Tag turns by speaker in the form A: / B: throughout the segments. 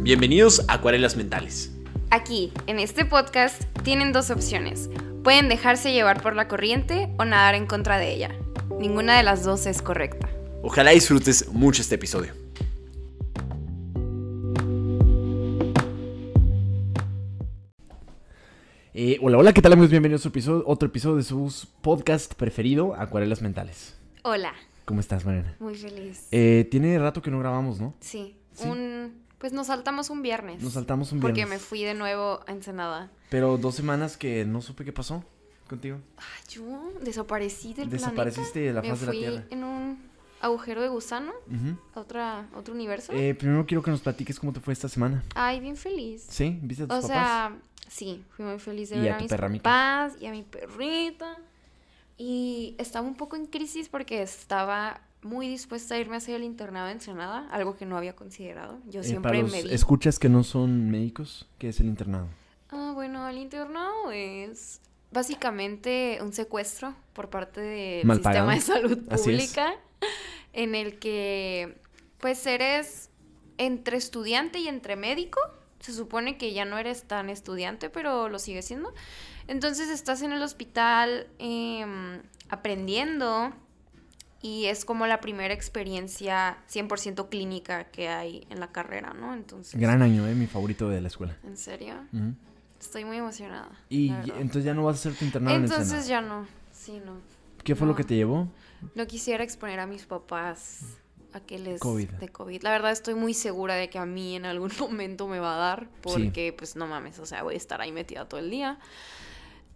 A: Bienvenidos a Acuarelas Mentales.
B: Aquí, en este podcast, tienen dos opciones. Pueden dejarse llevar por la corriente o nadar en contra de ella. Ninguna de las dos es correcta.
A: Ojalá disfrutes mucho este episodio.
C: Eh, hola, hola, ¿qué tal amigos? Bienvenidos a otro episodio, otro episodio de su podcast preferido, Acuarelas Mentales.
B: Hola,
C: ¿Cómo estás, Mariana?
B: muy feliz.
C: Eh, tiene rato que no grabamos, ¿no?
B: Sí,
C: sí.
B: un... Pues nos saltamos un viernes.
C: Nos saltamos un
B: Porque
C: viernes.
B: me fui de nuevo a Ensenada.
C: Pero dos semanas que no supe qué pasó contigo.
B: Ah, yo desaparecí del
C: Desapareciste de
B: planeta.
C: la
B: Me
C: faz de la
B: fui
C: Tierra.
B: en un agujero de gusano
C: Ujú.
B: a otra, otro universo.
C: Eh, primero quiero que nos platiques cómo te fue esta semana.
B: Ay, bien feliz.
C: ¿Sí? ¿Viste a tus
B: O
C: papás?
B: sea, sí, fui muy feliz de
C: Y
B: ver
C: a
B: a
C: tu
B: mis
C: perramita.
B: papás y a mi perrita. Y estaba un poco en crisis porque estaba muy dispuesta a irme a hacer el internado en Ensenada, algo que no había considerado. Yo
C: Eh,
B: siempre
C: para los
B: me vi.
C: escuchas que no son médicos, ¿qué es el internado?
B: Ah, bueno, el internado es básicamente un secuestro por parte del
C: Mal
B: sistema
C: pagado.
B: de salud
C: Así es.
B: pública en el que pues eres entre estudiante y entre médico. Se supone que ya no eres tan estudiante, pero lo sigues siendo. Entonces estás en el hospital em, aprendiendo y es como la primera experiencia 100% clínica que hay en la carrera, ¿no? Entonces,
C: Gran año, ¿eh? Mi favorito de la escuela.
B: ¿en serio?
C: Ujú.
B: Estoy muy emocionada.
C: Y
B: la verdad.
C: entonces ya no vas a hacer tu internado en
B: Entonces
C: el
B: ya no, sí, no.
C: ¿Qué fue lo
B: no.
C: que te llevó?
B: No quisiera exponer a mis papás a que les
C: COVID.
B: de COVID. La verdad estoy muy segura de que a mí en algún momento me va a dar, porque pues no mames, o sea, voy a estar ahí metida todo el día.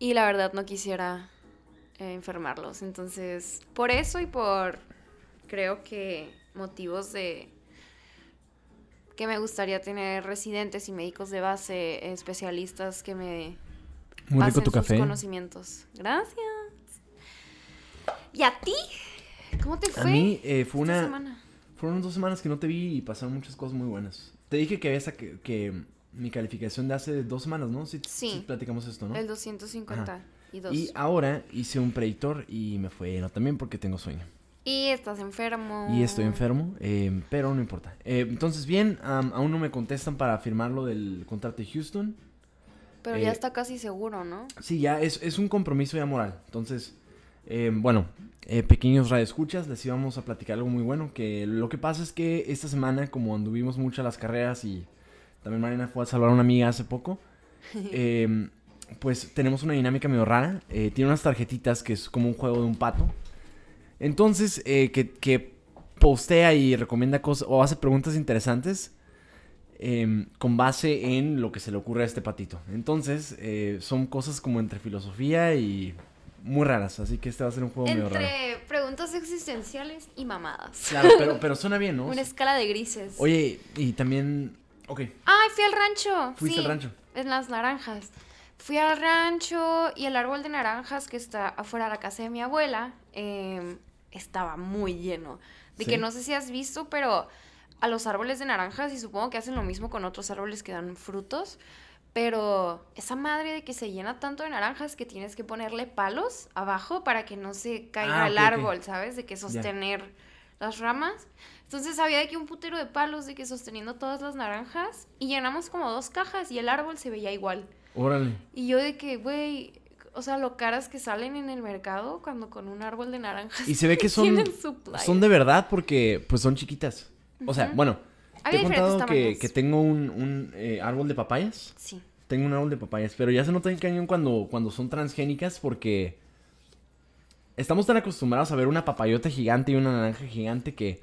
B: Y la verdad no quisiera eh, enfermarlos. Entonces, por eso y por, creo que motivos de que me gustaría tener residentes y médicos de base, especialistas que me
C: Muy rico
B: pasen
C: tu
B: sus
C: café.
B: conocimientos. Gracias. ¿Y a ti? ¿Cómo te fue?
C: A mí eh, fue
B: esta
C: una...
B: semana?
C: Fueron dos semanas que no te vi y pasaron muchas cosas muy buenas. Te dije que había saque- que, mi calificación de hace dos semanas, ¿no? Si,
B: Sí.
C: platicamos esto, ¿no?
B: El 250 y dos.
C: Y
B: Y,
C: ahora hice un predictor y me fue no también porque tengo sueño.
B: estás enfermo.
C: Y estoy enfermo, eh, pero no importa. Eh, entonces, bien, am, aún no me contestan para firmar lo del contrato de Houston.
B: Pero
C: eh,
B: ya está casi seguro, ¿no?
C: Sí, ya es, es un compromiso ya moral. Entonces, eh, bueno, eh, pequeños radioescuchas, les íbamos a platicar algo muy bueno. Que lo que pasa es que esta semana, como anduvimos mucho a las carreras y también Marina fue a salvar a una amiga hace poco, eh, pues tenemos una dinámica medio rara. Eh, tiene unas tarjetitas que es como un juego de un pato. Entonces, eh, que, que postea y recomienda cosas o hace preguntas interesantes em, con base en lo que se le ocurre a este patito. Entonces, eh, son cosas como entre filosofía y muy raras, así que este va a ser un juego medio raro.
B: Entre preguntas existenciales y mamadas.
C: Claro, pero, pero suena bien, ¿no?
B: Una escala de grises.
C: Oye, y también... Ok,
B: ¡Ay, fui al rancho!
C: Fuiste
B: sí,
C: al rancho.
B: En las naranjas. Fui al rancho y el árbol de naranjas que está afuera de la casa de mi abuela eh, estaba muy lleno. De
C: Sí.
B: que no sé si has visto, pero a los árboles de naranjas, y supongo que hacen lo mismo con otros árboles que dan frutos, pero esa madre de que se llena tanto de naranjas que tienes que ponerle palos abajo para que no se caiga
C: Ah,
B: el
C: ok, ok.
B: árbol, ¿sabes? De que sostener las ramas. Entonces había de que un putero de palos de que sosteniendo todas las naranjas y llenamos como dos cajas y el árbol se veía igual.
C: órale.
B: Y yo de que, güey, o sea, lo caras que salen en el mercado cuando con un árbol de naranjas.
C: Y se ve que son,
B: tienen su playa.
C: son de verdad porque pues son chiquitas. O sea,
B: Ujú.
C: bueno, te
B: Había
C: he
B: diferentes
C: contado que,
B: tamaños.
C: que tengo un, un, eh, árbol de papayas.
B: Sí.
C: Tengo un árbol de papayas, pero ya se nota en cañón cuando, cuando son transgénicas porque estamos tan acostumbrados a ver una papayota gigante y una naranja gigante que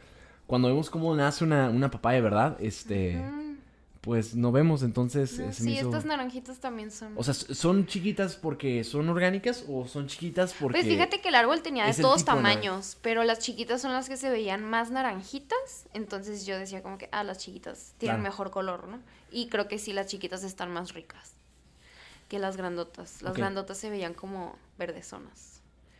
C: cuando vemos cómo nace una, una papaya, ¿verdad? Este,
B: Mm,
C: pues no vemos, entonces
B: no,
C: eh, se me
B: sí,
C: hizo-
B: estas naranjitas también son.
C: O sea, ¿son chiquitas porque son orgánicas o son chiquitas porque...
B: Pues fíjate que el árbol tenía de
C: es el
B: todos
C: tipo de naranja.
B: tamaños, pero las chiquitas son las que se veían más naranjitas, entonces yo decía como que, ah, las chiquitas tienen
C: Claro.
B: mejor color, ¿no? Y creo que sí, las chiquitas están más ricas que las grandotas. Las
C: Ok.
B: grandotas se veían como verdezonas.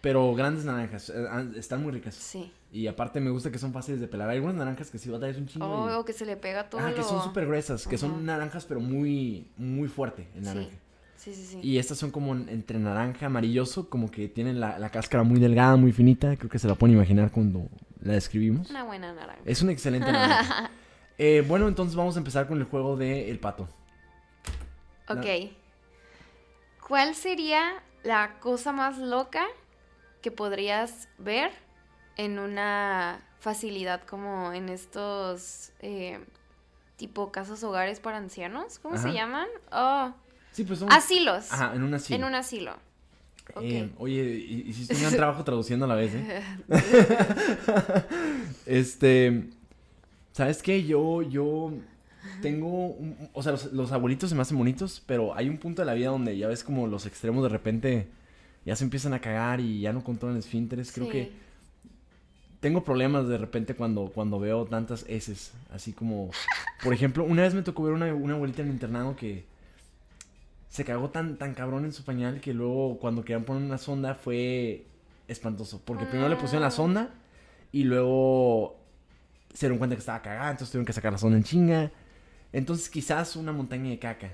C: Pero grandes naranjas, eh, ah, están muy ricas.
B: Sí.
C: Y aparte me gusta que son fáciles de pelar. Hay algunas naranjas que sí batallas un chingo.
B: O
C: y-
B: que se le pega todo
C: Ajá, que son
B: Oh, lo-
C: súper gruesas, que
B: Ajá.
C: son naranjas pero muy, muy fuerte el naranja.
B: Sí, sí, sí. sí.
C: Y estas son como en- entre naranja, amarilloso, como que tienen la, la cáscara muy delgada, muy finita. Creo que se la pueden imaginar cuando la describimos.
B: Una buena naranja.
C: Es una excelente naranja. Eh, bueno, entonces vamos a empezar con el juego de El Pato. La-
B: Ok. ¿Cuál sería la cosa más loca que podrías ver en una facilidad como en estos eh, tipo casas hogares para ancianos? ¿Cómo
C: Ajá.
B: se llaman? Oh,
C: Sí, pues somos...
B: asilos.
C: Ajá, en una sí.
B: En un asilo. Ok.
C: Eh, oye, hi- hiciste un gran trabajo traduciendo a la vez, ¿eh? este. ¿Sabes qué? Yo, yo tengo. un- o sea, los, los abuelitos se me hacen bonitos, pero hay un punto de la vida donde ya ves como los extremos de repente ya se empiezan a cagar y ya no controlan esfínteres. pues Creo que
B: Sí.
C: tengo problemas de repente cuando, cuando veo tantas S. Así como, por ejemplo, una vez me tocó ver una, una abuelita en el internado que se cagó tan, tan cabrón en su pañal que luego cuando querían poner una sonda fue espantoso. Porque primero le pusieron la sonda y luego se dieron cuenta que estaba cagada, entonces tuvieron que sacar la sonda en chinga. Entonces quizás una montaña de caca.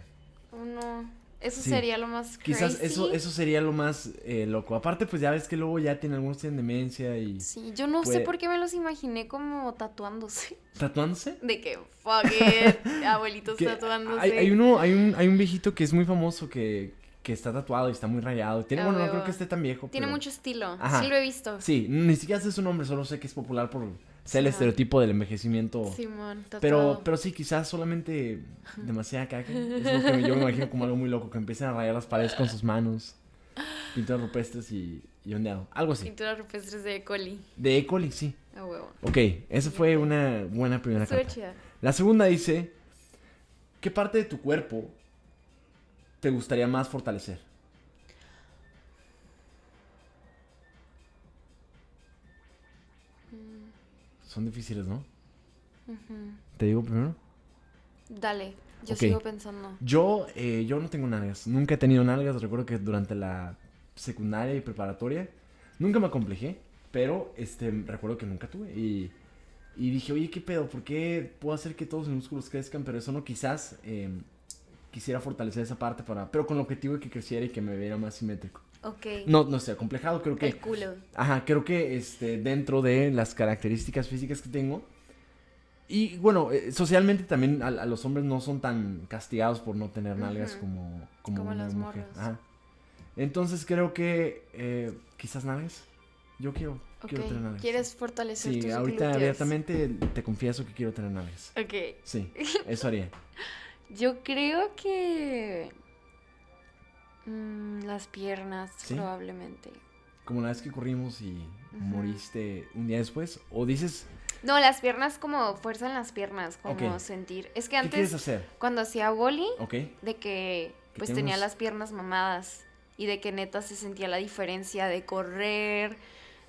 B: Oh, no. Eso
C: Sí.
B: sería lo más
C: Quizás
B: crazy.
C: eso, eso sería lo más eh, loco. Aparte, pues ya ves que luego ya tienen algunos tienen demencia y...
B: Sí, yo no sé
C: Puede-
B: por qué me los imaginé como tatuándose.
C: ¿Tatuándose?
B: De que, fuck it, abuelitos
C: Que
B: tatuándose.
C: Hay, hay uno, hay un, hay un viejito que es muy famoso que, que está tatuado y está muy rayado. Tiene,
B: Ah,
C: bueno, no
B: huevo.
C: creo que esté tan viejo.
B: Tiene
C: pero-
B: mucho estilo.
C: Ajá.
B: Sí lo he visto.
C: Sí, ni siquiera sé su nombre, solo sé que es popular por ser el
B: Simón.
C: estereotipo del envejecimiento.
B: Simón,
C: pero,
B: tatuado.
C: pero sí, quizás solamente demasiada caca. Es lo que yo me imagino como algo muy loco, que empiecen a rayar las paredes con sus manos. Pinturas rupestres y, y ondeado. Algo así.
B: Pinturas rupestres de Coli.
C: De E. coli, sí.
B: A huevo.
C: Ok, esa fue una buena primera
B: Estuvo
C: carta.
B: chida.
C: La segunda dice, ¿qué parte de tu cuerpo te gustaría más fortalecer? Son difíciles, ¿no? ¿Te digo primero?
B: Dale, yo
C: Ok.
B: sigo pensando.
C: Yo, eh, yo no tengo nalgas. Nunca he tenido nalgas. Recuerdo que durante la secundaria y preparatoria nunca me acomplejé, pero este, recuerdo que nunca tuve. Y, y dije, oye, ¿qué pedo? ¿Por qué puedo hacer que todos mis músculos crezcan? Pero eso no, quizás eh, quisiera fortalecer esa parte, para, pero con el objetivo de que creciera y que me viera más simétrico.
B: Ok.
C: No, no sé, acomplejado, creo que
B: El culo.
C: Ajá, creo que este, dentro de las características físicas que tengo. Y bueno, eh, socialmente también a, a los hombres no son tan castigados por no tener nalgas
B: Ujú.
C: como, como,
B: Como
C: una
B: las
C: mujer.
B: morras.
C: Ajá. Entonces creo que eh, quizás nalgas. Yo quiero,
B: Ok.
C: quiero tener nalgas.
B: ¿Quieres fortalecer
C: Sí,
B: tus
C: ahorita
B: glúteos?
C: abiertamente te confieso que quiero tener nalgas.
B: Ok.
C: Sí, eso haría.
B: Yo creo que. mm, las piernas,
C: ¿Sí?
B: probablemente.
C: Como la vez que corrimos y
B: Ujú.
C: moriste un día después. O dices,
B: No, las piernas, como fuerza en las piernas, como
C: Ok.
B: sentir. Es que
C: ¿qué
B: antes,
C: quieres hacer?
B: cuando hacía boli,
C: Ok.
B: de que
C: Que
B: pues
C: tiene
B: tenía
C: unos-
B: las piernas mamadas y de que neta se sentía la diferencia de correr,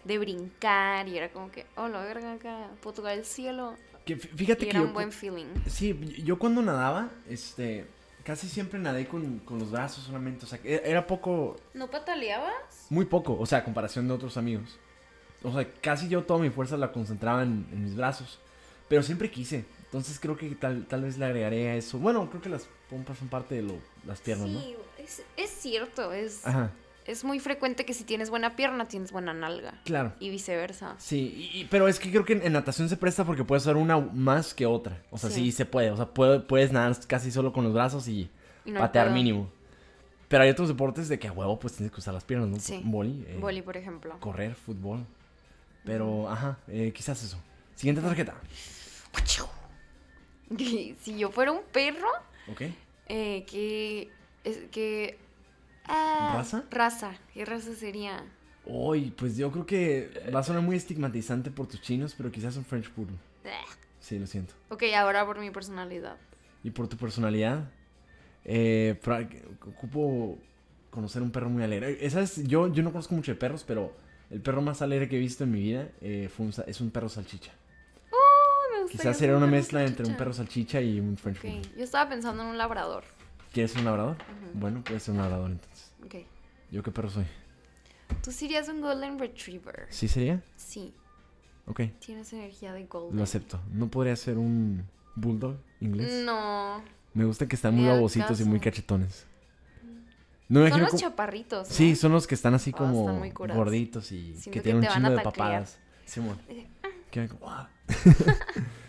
B: de brincar y era como que, oh, la verga acá, puedo tocar el cielo.
C: Que fí- fíjate
B: Y
C: que
B: era un
C: yo pues. cu-
B: buen feeling.
C: Sí, yo cuando nadaba, este, casi siempre nadé con, con los brazos solamente, o sea, que era poco,
B: ¿No pataleabas?
C: muy poco, o sea, a comparación de otros amigos. O sea, casi yo toda mi fuerza la concentraba en, en mis brazos, pero siempre quise, entonces creo que tal, tal vez le agregaré a eso. Bueno, creo que las pompas son parte de lo- las piernas,
B: sí, es, es cierto, es,
C: ¿no? Ajá,
B: es muy frecuente que si tienes buena pierna, tienes buena nalga
C: claro.
B: y viceversa.
C: Sí, y- y- pero es que creo que en, en natación se presta porque puedes usar una más que otra. O sea, sí,
B: Sí.
C: se puede. O sea, puede- puedes nadar casi solo con los brazos y
B: Y no hay
C: patear
B: pedo.
C: mínimo. Pero hay otros deportes de que a huevo pues tienes que usar las piernas, ¿no?
B: Sí.
C: Voli, eh,
B: Voli, por ejemplo.
C: correr, fútbol. Pero, ajá, eh, quizás eso. Siguiente tarjeta.
B: si yo fuera un perro,
C: ¿Ok?
B: Eh, que. Es, que ah,
C: ¿Raza?
B: Raza. ¿Qué raza sería?
C: Hoy, pues yo creo que va a sonar muy estigmatizante por tus chinos, pero quizás un French Poodle.
B: Eh,
C: Sí, lo siento.
B: Ok, ahora por mi personalidad.
C: Y por tu personalidad, eh, pra- ocupo conocer un perro muy alegre. Eh, ¿Sabes? Yo, yo no conozco mucho de perros, pero el perro más alegre que he visto en mi vida eh, fue un sa- es un perro salchicha.
B: Oh, me gustaría ser
C: Quizás sería
B: un
C: una
B: perro
C: mezcla entre un
B: salchicha.
C: perro salchicha y un French Poodle.
B: Ok, yo estaba pensando en un labrador.
C: ¿Quieres ser un labrador?
B: Ujú.
C: Bueno, puedes ser un labrador entonces.
B: Ok.
C: ¿Yo qué perro soy?
B: Tú serías un Golden Retriever.
C: ¿Sí sería?
B: Sí,
C: Ok,
B: tienes energía de Golden.
C: lo acepto. ¿No podría ser un bulldog inglés?
B: No.
C: Me gusta que están
B: Ni
C: muy
B: al
C: babositos y muy
B: caso.
C: cachetones. No
B: Son
C: me imagino
B: los
C: cómo-
B: chaparritos. ¿no?
C: Sí, son los que están así
B: Ah, están
C: como
B: muy curados.
C: gorditos y
B: Siento
C: que
B: que
C: tienen
B: te van
C: un
B: a
C: chingo de
B: taclear.
C: papadas. Simón. Que ven como, "Ah".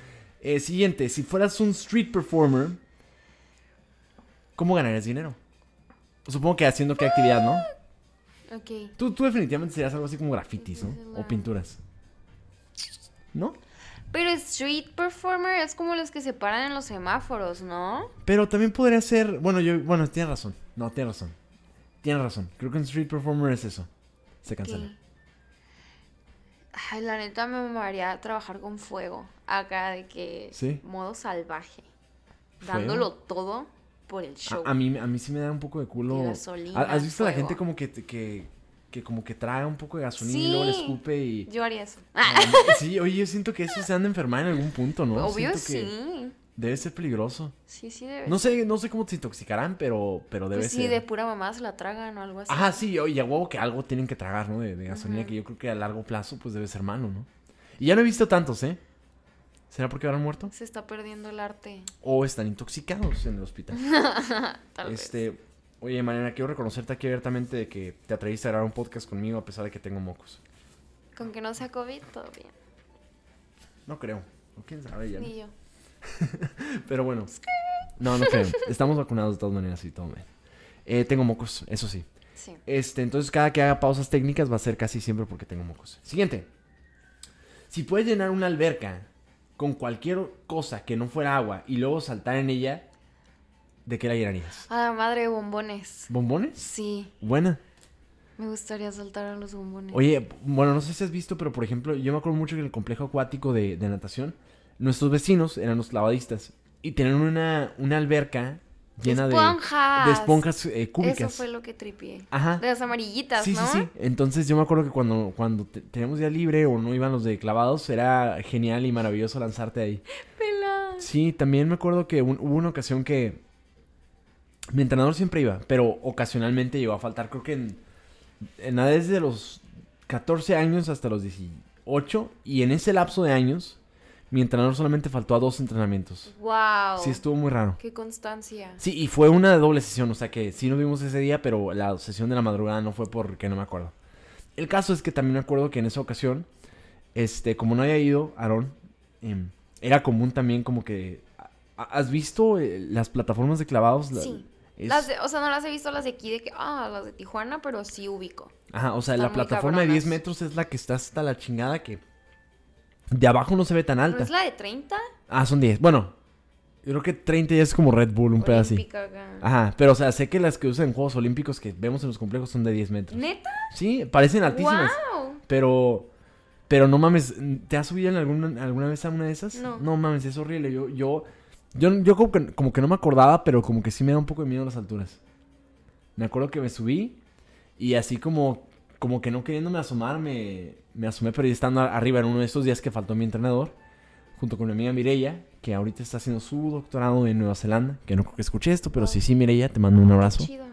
C: Eh, siguiente, si fueras un street performer, ¿cómo ganarías dinero? Supongo que haciendo qué actividad,
B: Ah.
C: ¿no?
B: Ok.
C: Tú, tú definitivamente serías algo así como grafitis,
B: Pues,
C: ¿no? O pinturas. ¿No?
B: Pero street performer es como los que se paran en los semáforos, ¿no?
C: Pero también podría ser. Bueno, yo. Bueno, tienes razón. No, tienes razón. Tienes razón. Creo que un street performer es eso. Se cancela.
B: Ok. Ay, la neta me mamaría trabajar con fuego. Acá de que.
C: Sí.
B: Modo salvaje.
C: ¿Fuego?
B: Dándolo todo por el show.
C: A, a mí, a mí sí me da un poco de culo.
B: Y gasolina,
C: ¿Ha- ¿Has visto a la
B: fuego.
C: gente como que, que, que como que trae un poco de gasolina y
B: Sí.
C: luego le escupe y. Ah,
B: Yo haría eso.
C: Sí, oye, yo siento que eso se han de enfermar en algún punto, ¿no?
B: Obvio,
C: Siento que
B: sí.
C: Debe ser peligroso.
B: Sí, sí, debe
C: No sé, no sé cómo se intoxicarán, pero, pero debe
B: Pues
C: ser. Ah,
B: sí, de pura mamá se la tragan o algo así.
C: Ajá, sí, oye, a huevo que algo tienen que tragar, ¿no? De, de gasolina,
B: Ujú.
C: que yo creo que a largo plazo, pues debe ser malo, ¿no? Y ya no he visto tantos, ¿eh? ¿Será porque habrán muerto?
B: Se está perdiendo el arte.
C: O están intoxicados en el hospital.
B: Tal vez.
C: este, oye, Mariana, quiero reconocerte aquí abiertamente de que te atreviste a grabar un podcast conmigo a pesar de que tengo mocos.
B: Con que no sea COVID, todo bien.
C: No creo. O quién sabe ya.
B: Ni yo.
C: Pero bueno. No, no creo. Estamos vacunados de todas maneras y todo bien. Eh, tengo mocos, eso sí.
B: Sí.
C: Este, entonces cada que haga pausas técnicas va a ser casi siempre porque tengo mocos. Siguiente. Si puedes llenar una alberca con cualquier cosa que no fuera agua y luego saltar en ella, ¿de qué la llenarías?
B: A la madre, bombones.
C: ¿Bombones?
B: Sí,
C: Buena.
B: me gustaría saltar a los bombones.
C: Oye, bueno, no sé si has visto, pero por ejemplo, yo me acuerdo mucho que en el complejo acuático de, de natación, nuestros vecinos eran los clavadistas y tenían una, una alberca llena de-
B: esponjas.
C: de, esponjas eh,
B: Eso
C: cúbicas.
B: fue lo que tripié.
C: Ajá.
B: De las amarillitas,
C: Sí,
B: ¿no?
C: sí, sí. Entonces yo me acuerdo que cuando, cuando te- teníamos día libre o no iban los de clavados, era genial y maravilloso lanzarte ahí.
B: Pela.
C: Sí, también me acuerdo que un- hubo una ocasión que mi entrenador siempre iba, pero ocasionalmente llegó a faltar. Creo que en, en nada desde los 14 años hasta los 18 y en ese lapso de años mi entrenador solamente faltó a dos entrenamientos.
B: Wow.
C: Sí, estuvo muy raro.
B: Qué constancia.
C: Sí, y fue una doble sesión, o sea que sí nos vimos ese día, pero la sesión de la madrugada no fue porque no me acuerdo. El caso es que también me acuerdo que en esa ocasión, este, como no había ido, Aarón, em, era común también como que... ¿ha- ¿Has visto eh, las plataformas de clavados? La-
B: Sí.
C: es-
B: Las de- o sea, no las he visto las de aquí, de que, ah, las de Tijuana, pero sí ubico.
C: Ajá, o sea,
B: están
C: la
B: muy
C: plataforma de 10
B: cabronas.
C: metros es la que está hasta la chingada que... De abajo no se ve tan
B: ¿No
C: alta.
B: es la de 30?
C: Ah, son 10. Bueno, yo creo que 30 ya es como Red Bull, un Ah, pedazo así.
B: Olímpica acá.
C: Ajá, pero o sea, sé que las que usan en Juegos Olímpicos que vemos en los complejos son de 10 metros.
B: ¿Neta?
C: Sí, parecen altísimas.
B: ¡Wow!
C: Pero. Pero no mames, ¿te has subido en alguna, alguna vez a una de esas?
B: No.
C: mames, es horrible. Yo, yo, yo, yo como, que, como que no me acordaba, pero como que sí me da un poco de miedo las alturas. Me acuerdo que me subí y así como, como que no queriéndome asomar, me, me asomé, pero ya estando a- arriba en uno de esos días que faltó mi entrenador, junto con mi amiga Mireya, que ahorita está haciendo su doctorado en Nueva Zelanda, que no creo que escuché esto, pero sí, sí, Mireya, te mando un abrazo.
B: Chido.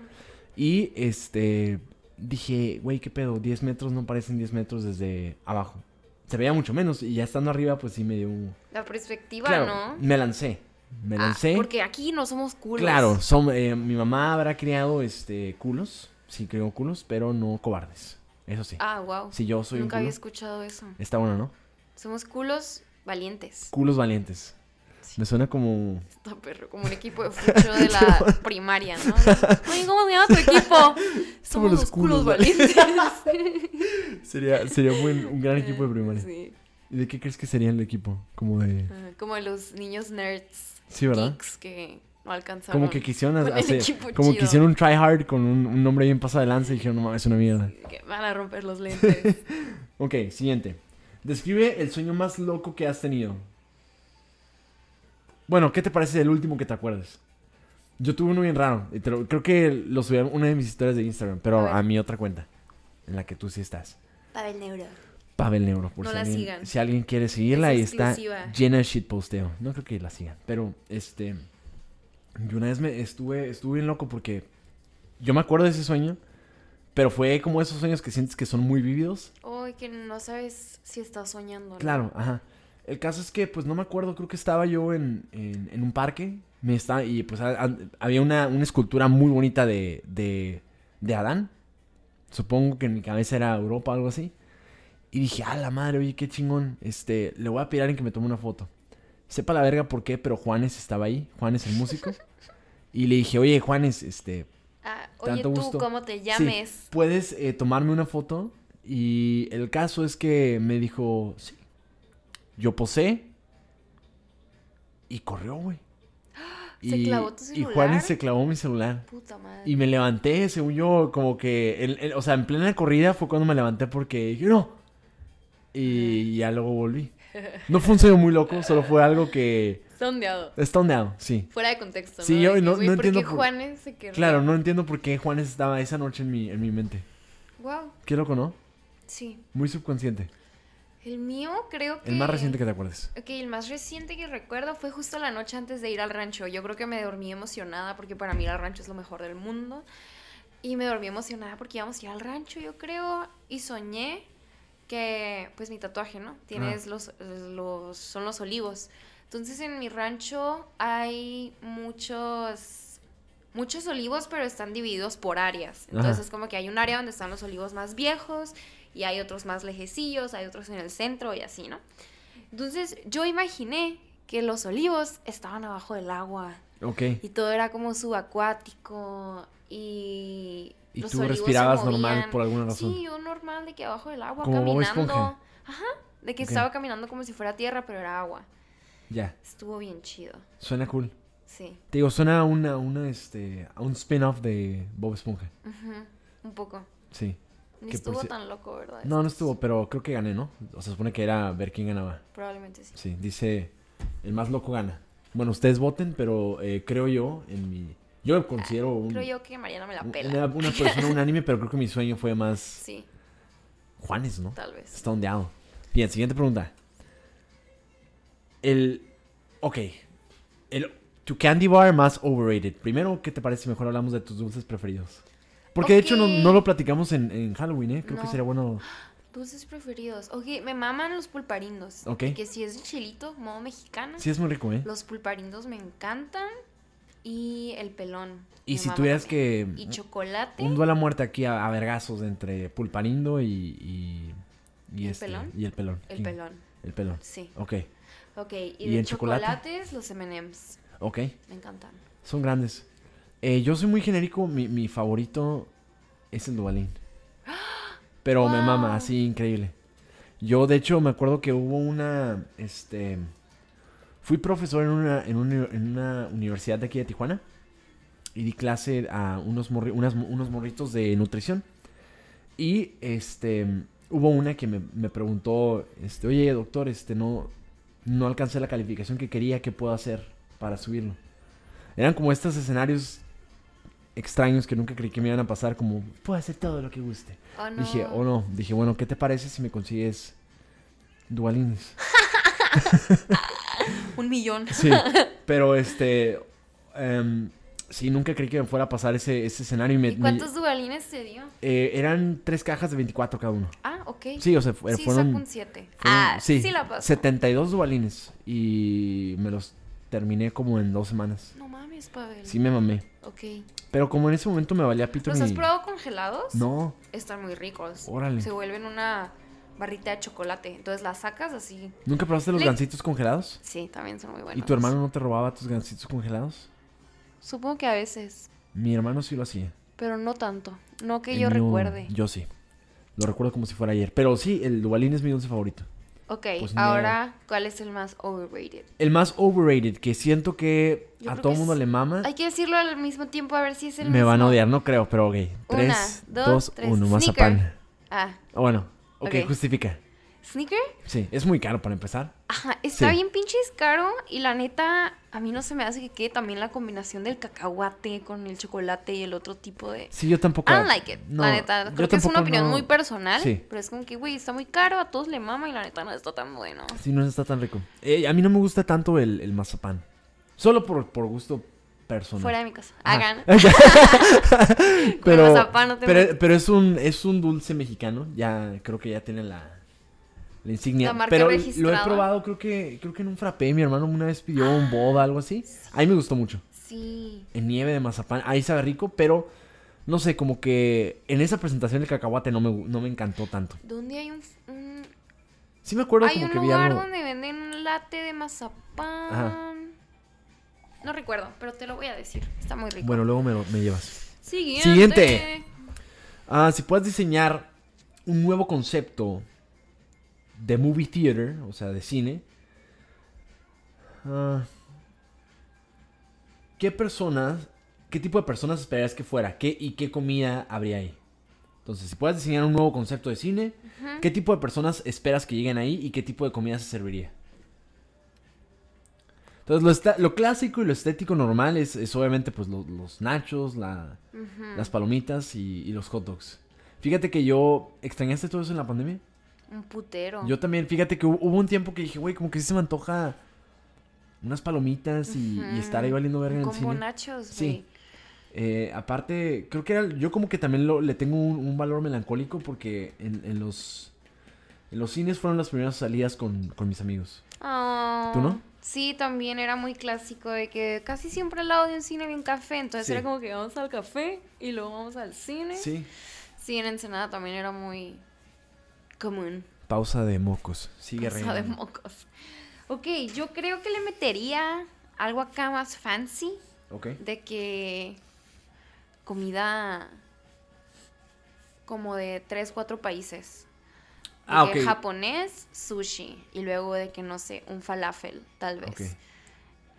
C: Y este dije, güey, qué pedo, 10 metros no parecen 10 metros desde abajo. Se veía mucho menos y ya estando arriba pues sí me dio un...
B: La perspectiva,
C: Claro,
B: ¿no?
C: me lancé. Me
B: Ah,
C: lancé.
B: porque aquí no somos culos.
C: Claro, son, eh, mi mamá habrá criado este culos, sí crió culos, pero no cobardes. Eso sí.
B: Ah, wow.
C: si yo soy un
B: Nunca había
C: culo,
B: escuchado eso.
C: está bueno, ¿no?
B: Somos culos valientes.
C: Culos valientes.
B: Sí.
C: Me suena como
B: Está perro, como un equipo de fucho de la primaria, ¿no? Oye, ¿cómo se llama tu equipo? Somos
C: los
B: los culos
C: culos
B: valientes.
C: sería sería un buen- un gran equipo de primaria.
B: Sí.
C: ¿Y de qué crees que sería el equipo? Como de
B: Ah, Como los niños nerds.
C: Sí, ¿verdad?
B: geeks que no alcanzaron.
C: Como que quisieron
B: Con el
C: hacer,
B: equipo
C: como que
B: chido.
C: hicieron un try hard con un, un nombre bien pasado de lanza y dijeron, no mames, es una mierda.
B: que van a romper los lentes.
C: Ok, siguiente. Describe el sueño más loco que has tenido. Bueno, ¿qué te parece el último que te acuerdas? Yo tuve uno bien raro. y te lo- creo que lo subí a una de mis historias de Instagram, pero
B: A ver.
C: a, mi otra cuenta, en la que tú sí estás.
B: Para el neuro.
C: Pavel Neuro, por
B: No
C: si,
B: la
C: alguien,
B: sigan.
C: si alguien quiere seguirla
B: Es
C: y está
B: exclusiva.
C: llena de shitposteo. No creo que la sigan, pero este. Yo una vez me estuve, estuve bien loco porque yo me acuerdo de ese sueño, pero fue como esos sueños que sientes que son muy vívidos.
B: Ay, que no sabes si estás soñando. ¿no?
C: Claro, ajá. El caso es que, pues no me acuerdo, creo que estaba yo en, en- en un parque. Me estaba, y pues a- a- había una, una escultura muy bonita de, de, de Adán. Supongo que en mi cabeza era Europa o algo "Ah, así. Y dije, a la madre, oye, qué chingón. Este, le voy a pedir a alguien que me tome una foto. sepa la verga por qué, pero Juanes estaba ahí, Juanes el músico. y le dije, oye, Juanes, este,
B: Ah, oye,
C: Tanto
B: tú,
C: gusto.
B: ¿cómo te
C: Sí,
B: llames?
C: puedes eh, tomarme una foto. Y el caso es que me dijo, sí. Yo posé. Y corrió, güey.
B: ¿Se clavó tu
C: Y
B: celular?
C: Juanes se clavó mi celular.
B: Puta madre.
C: Y me levanté, según yo, como que... el- el- o sea, en plena corrida fue cuando me levanté porque dije, no. Y ya luego volví. No fue un sueño muy loco, solo fue algo que...
B: Sondeado.
C: Stondeado, sí.
B: Fuera de contexto,
C: Sí,
B: ¿no?
C: yo
B: De que,
C: no-
B: güey,
C: no
B: ¿por qué
C: entiendo por-
B: Juanes se querría?
C: Claro, no entiendo por qué Juanes estaba esa noche en mi, en mi mente.
B: Wow,
C: Qué loco, ¿no?
B: sí.
C: Muy subconsciente.
B: El mío creo que...
C: El más reciente que te acuerdes.
B: Ok, el más reciente que recuerdo fue justo la noche antes de ir al rancho. Yo creo que me dormí emocionada porque para mí ir al rancho es lo mejor del mundo. Y me dormí emocionada porque íbamos a ir al rancho, yo creo. Y soñé que, pues mi tatuaje, ¿no? Tienes
C: Ah.
B: los, los, son los olivos. Entonces en mi rancho hay muchos, muchos olivos, pero están divididos por áreas. Entonces
C: Ajá.
B: es como que hay un área donde están los olivos más viejos y hay otros más lejecillos, hay otros en el centro y así, ¿no? Entonces yo imaginé que los olivos estaban abajo del agua
C: Ok.
B: y todo era como subacuático y...
C: Y
B: los
C: tú
B: olivos se
C: respirabas normal
B: movían.
C: por alguna razón.
B: Sí, yo normal de que abajo del agua
C: Como Bob Esponja.
B: caminando. Ajá, de que
C: Ok.
B: estaba caminando como si fuera tierra, pero era agua.
C: Ya.
B: Estuvo bien chido,
C: Suena cool.
B: sí.
C: Te digo, suena a una, una, este, a un spin-off de Bob Esponja.
B: Ujú, Un poco.
C: Sí.
B: Ni
C: Que por
B: estuvo
C: si-
B: tan loco, ¿verdad?
C: No, no
B: Estos-
C: estuvo, pero creo que gané, ¿no? O sea, se supone que era ver quién ganaba.
B: Probablemente sí.
C: Sí, dice, el más loco gana. Bueno, ustedes voten, pero eh, creo yo, en mi... Yo considero un-
B: Creo yo que Mariana me la
C: un-
B: pela.
C: una, una persona unánime, pero creo que mi sueño fue más
B: Sí,
C: Juanes, ¿no?
B: tal vez.
C: Está ondeado. Bien, siguiente pregunta. El. Ok. El, tu candy bar más overrated. Primero, ¿qué te parece? si Mejor hablamos de tus dulces preferidos. Porque de hecho no,
B: Ok.
C: no lo platicamos en, en Halloween, ¿eh? Creo que
B: No.
C: sería bueno.
B: Dulces preferidos. Ok, me maman los pulparindos.
C: Ok.
B: Que si es chilito, modo mexicano.
C: Sí, es muy rico, ¿eh?
B: Los pulparindos me encantan. Y el pelón.
C: Y
B: me
C: si
B: mama
C: tuvieras
B: también.
C: que-
B: Y chocolate.
C: Un duelo a muerte aquí a, a vergazos entre Pulparindo y. y, y
B: ¿El
C: este,
B: pelón?
C: Y el pelón.
B: El
C: ¿Quién?
B: pelón,
C: El pelón.
B: sí.
C: Ok.
B: Ok, y,
C: ¿Y
B: de
C: el chocolate?
B: chocolates, los MMs.
C: Ok.
B: Me encantan.
C: Son grandes. Eh, yo soy muy genérico. Mi, mi favorito es el Dubalín. Pero me mama,
B: ¡Guau!
C: así increíble. Yo, de hecho, me acuerdo que hubo una. Este. Fui profesor en una, en una, en una universidad de aquí de Tijuana. Y di clase a unos, morri- unas- unos morritos de nutrición. Y este. Hubo una que me, me preguntó. Este, Oye, doctor, este no. No alcancé la calificación que quería. ¿Qué puedo hacer para subirlo? Eran como estos escenarios extraños que nunca creí que me iban a pasar, como, puedo hacer todo lo que guste.
B: Oh, no.
C: Dije, oh no, dije, bueno, ¿qué te parece si me consigues dualines?
B: Un millón.
C: Sí, pero este, em, sí, nunca creí que me fuera a pasar ese, ese escenario y me...
B: ¿Y
C: me-
B: cuántos dubalines te dio?
C: eh, eran tres cajas de 24 cada uno.
B: Ah, ok.
C: Sí, o sea, fu-
B: Sí,
C: fueron...
B: saco un 7.
C: fueron-
B: Ah, sí, la paso.
C: 72 dualines y me los terminé como en dos semanas.
B: No mames, Pavel.
C: Sí, me mamé.
B: Ok.
C: Pero como en ese momento me valía pito
B: ¿Los has
C: mi-
B: probado congelados?
C: No,
B: Están muy ricos.
C: Órale.
B: Se vuelven una barrita de chocolate. Entonces la sacas así.
C: ¿Nunca probaste los
B: Le-
C: gancitos congelados?
B: Sí, también son muy buenos.
C: ¿Y tu hermano no te robaba tus gancitos congelados?
B: Supongo que a veces,
C: Mi hermano sí lo hacía.
B: pero no tanto. No que
C: El
B: yo
C: mío-
B: recuerde.
C: Yo sí. Lo recuerdo como si fuera ayer. Pero sí, el Dubalín es mi dulce favorito.
B: Ok,
C: Pues no.
B: ahora, ¿cuál es el más overrated?
C: El más overrated, que siento que
B: Yo
C: a
B: creo
C: todo
B: que
C: mundo
B: es-
C: le mama.
B: Hay que decirlo al mismo tiempo a ver si es el
C: ¿Ah? me van a
B: mismo.
C: odiar, no creo, pero ok.
B: Una,
C: 3,
B: dos,
C: 2,
B: tres.
C: 1,
B: Snicker.
C: mazapán.
B: Ah,
C: Ah, Bueno, ok,
B: Ok.
C: justifica.
B: ¿sneaker?
C: Sí, es muy caro para empezar.
B: Ajá, está
C: Sí.
B: bien pinches caro y la neta, a mí no se me hace que quede también la combinación del cacahuate con el chocolate y el otro tipo de...
C: Sí, yo tampoco.
B: I don't like it,
C: No,
B: la neta.
C: yo
B: Creo que es una
C: tampoco
B: opinión
C: no-
B: muy personal,
C: Sí.
B: pero es como que, güey, está muy caro, a todos le mama y la neta no está tan bueno.
C: Sí, no está tan rico. Eh, a mí no me gusta tanto el, el mazapán. Solo por, por gusto personal.
B: Fuera de mi casa.
C: Ajá.
B: Hagan.
C: pero,
B: mazapán no te
C: pero,
B: metas.
C: pero es un es un dulce mexicano. Ya creo que ya tiene la, la insignia.
B: La marca
C: pero lo he
B: registrada.
C: probado, creo que creo que en un frappé. Mi hermano una vez pidió un boda, algo así. A mí me gustó mucho.
B: Sí.
C: En nieve de mazapán. Ahí sabe rico, pero no sé, como que en esa presentación del cacahuate no me, gu- no me encantó tanto.
B: ¿Dónde hay un... un-
C: Sí me acuerdo
B: Hay
C: como
B: un
C: que vi
B: lugar
C: algo.
B: donde venden latte de mazapán.
C: Ajá.
B: No recuerdo, pero te lo voy a decir. Está muy rico.
C: Bueno, luego me, lo- me llevas.
B: Siguiente.
C: Siguiente. Ah, si puedes diseñar un nuevo concepto de movie theater, o sea, de cine, ah, ¿qué personas, qué tipo de personas esperarías que fuera? ¿Qué y qué comida habría ahí? Entonces, si puedes diseñar un nuevo concepto de cine, ¿qué tipo de personas esperas que lleguen ahí y qué tipo de comida se serviría? Entonces, lo, esta- lo clásico y lo estético normal es, es obviamente pues lo- los nachos, la,
B: Mm.
C: las palomitas y, y los hot dogs. Fíjate que yo... ¿Extrañaste todo eso en la pandemia?
B: Un putero.
C: Yo también, fíjate que hu- hubo un tiempo que dije, güey, como que sí se me antoja unas palomitas y, y estar ahí valiendo verga en el
B: Con
C: cine.
B: bonachos,
C: Sí.
B: güey.
C: Eh, aparte, creo que era, yo como que también lo- le tengo un, un valor melancólico porque en, en los... en los cines fueron las primeras salidas con, con mis amigos.
B: Ah,
C: ¿Tú no?
B: Sí, también era muy clásico de que casi siempre al lado de un cine había un café. Entonces
C: Sí.
B: era como que vamos al café y luego vamos al cine. Sí, en Ensenada también era muy común.
C: Pausa de mocos. Sigue
B: Cosa de
C: riendo.
B: mocos. Ok, yo creo que le metería algo acá más fancy.
C: Ok.
B: De que comida como de tres, cuatro países. De
C: Ah,
B: que
C: ok.
B: japonés, sushi. Y luego de que, no sé, un falafel, tal vez.
C: Ok.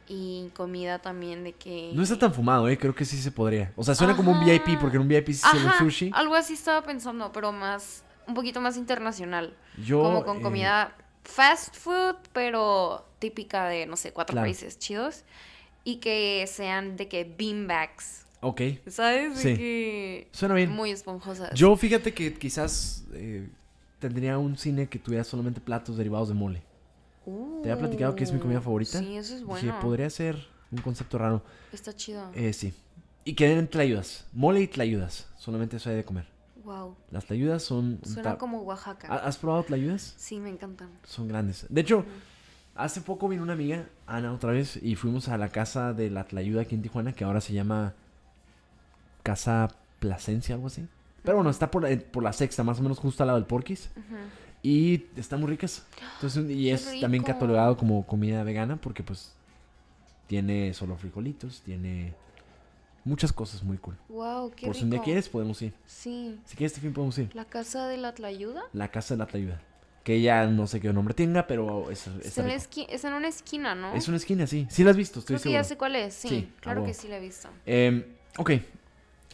B: Y comida también de que...
C: No está tan fumado, eh. Creo que sí se podría. O sea, suena como un
B: Ajá.
C: VIP, porque en un VIP sí se sirve
B: Ajá,
C: sushi.
B: algo así estaba pensando, pero más... Un poquito más internacional.
C: Yo,
B: como con
C: eh,
B: comida fast food, pero típica de, no sé, cuatro
C: Claro.
B: países chidos. Y que sean de que beanbags,
C: Ok.
B: ¿sabes? De
C: Sí.
B: que...
C: Suena bien.
B: Muy esponjosas.
C: Yo, fíjate que quizás eh, tendría un cine que tuviera solamente platos derivados de mole. ¿Te había platicado que es mi comida
B: Uh,
C: favorita?
B: Sí, eso es
C: Dije,
B: bueno.
C: podría ser un concepto raro.
B: Está chido.
C: Eh, sí. Y que den tlayudas. Mole y tlayudas. Solamente eso hay de comer.
B: wow.
C: Las tlayudas son. un Ah,
B: Suena
C: ta-
B: como Oaxaca.
C: ¿Ha- ¿Has probado tlayudas?
B: Sí, me encantan.
C: Son grandes. De hecho, hace poco vino una amiga, Ana, otra vez, y fuimos a la casa de la Tlayuda aquí en Tijuana, que ahora se llama Casa Plasencia, algo así. Pero bueno, está por, la- eh, por la sexta, más o menos justo al lado del Porquis. Y están muy ricas. Entonces, y
B: ¡Qué
C: es también
B: rico!
C: catalogado como comida vegana porque pues tiene solo frijolitos, tiene muchas cosas muy cool.
B: Wow, qué
C: por si
B: rico.
C: un día quieres, podemos ir.
B: Sí.
C: Si quieres, este fin podemos ir.
B: La casa de la Tlayuda.
C: La Casa de la Tlayuda. Que ya no sé qué nombre tenga, pero es...
B: Es
C: está
B: en, la
C: rico.
B: esqui- es en una esquina, ¿no?
C: Es una esquina, sí. Sí la has visto, estoy
B: Creo que ya
C: seguro.
B: sé cuál es. Sí,
C: Sí, a
B: claro que
C: huevo.
B: sí la he visto.
C: Em, ok.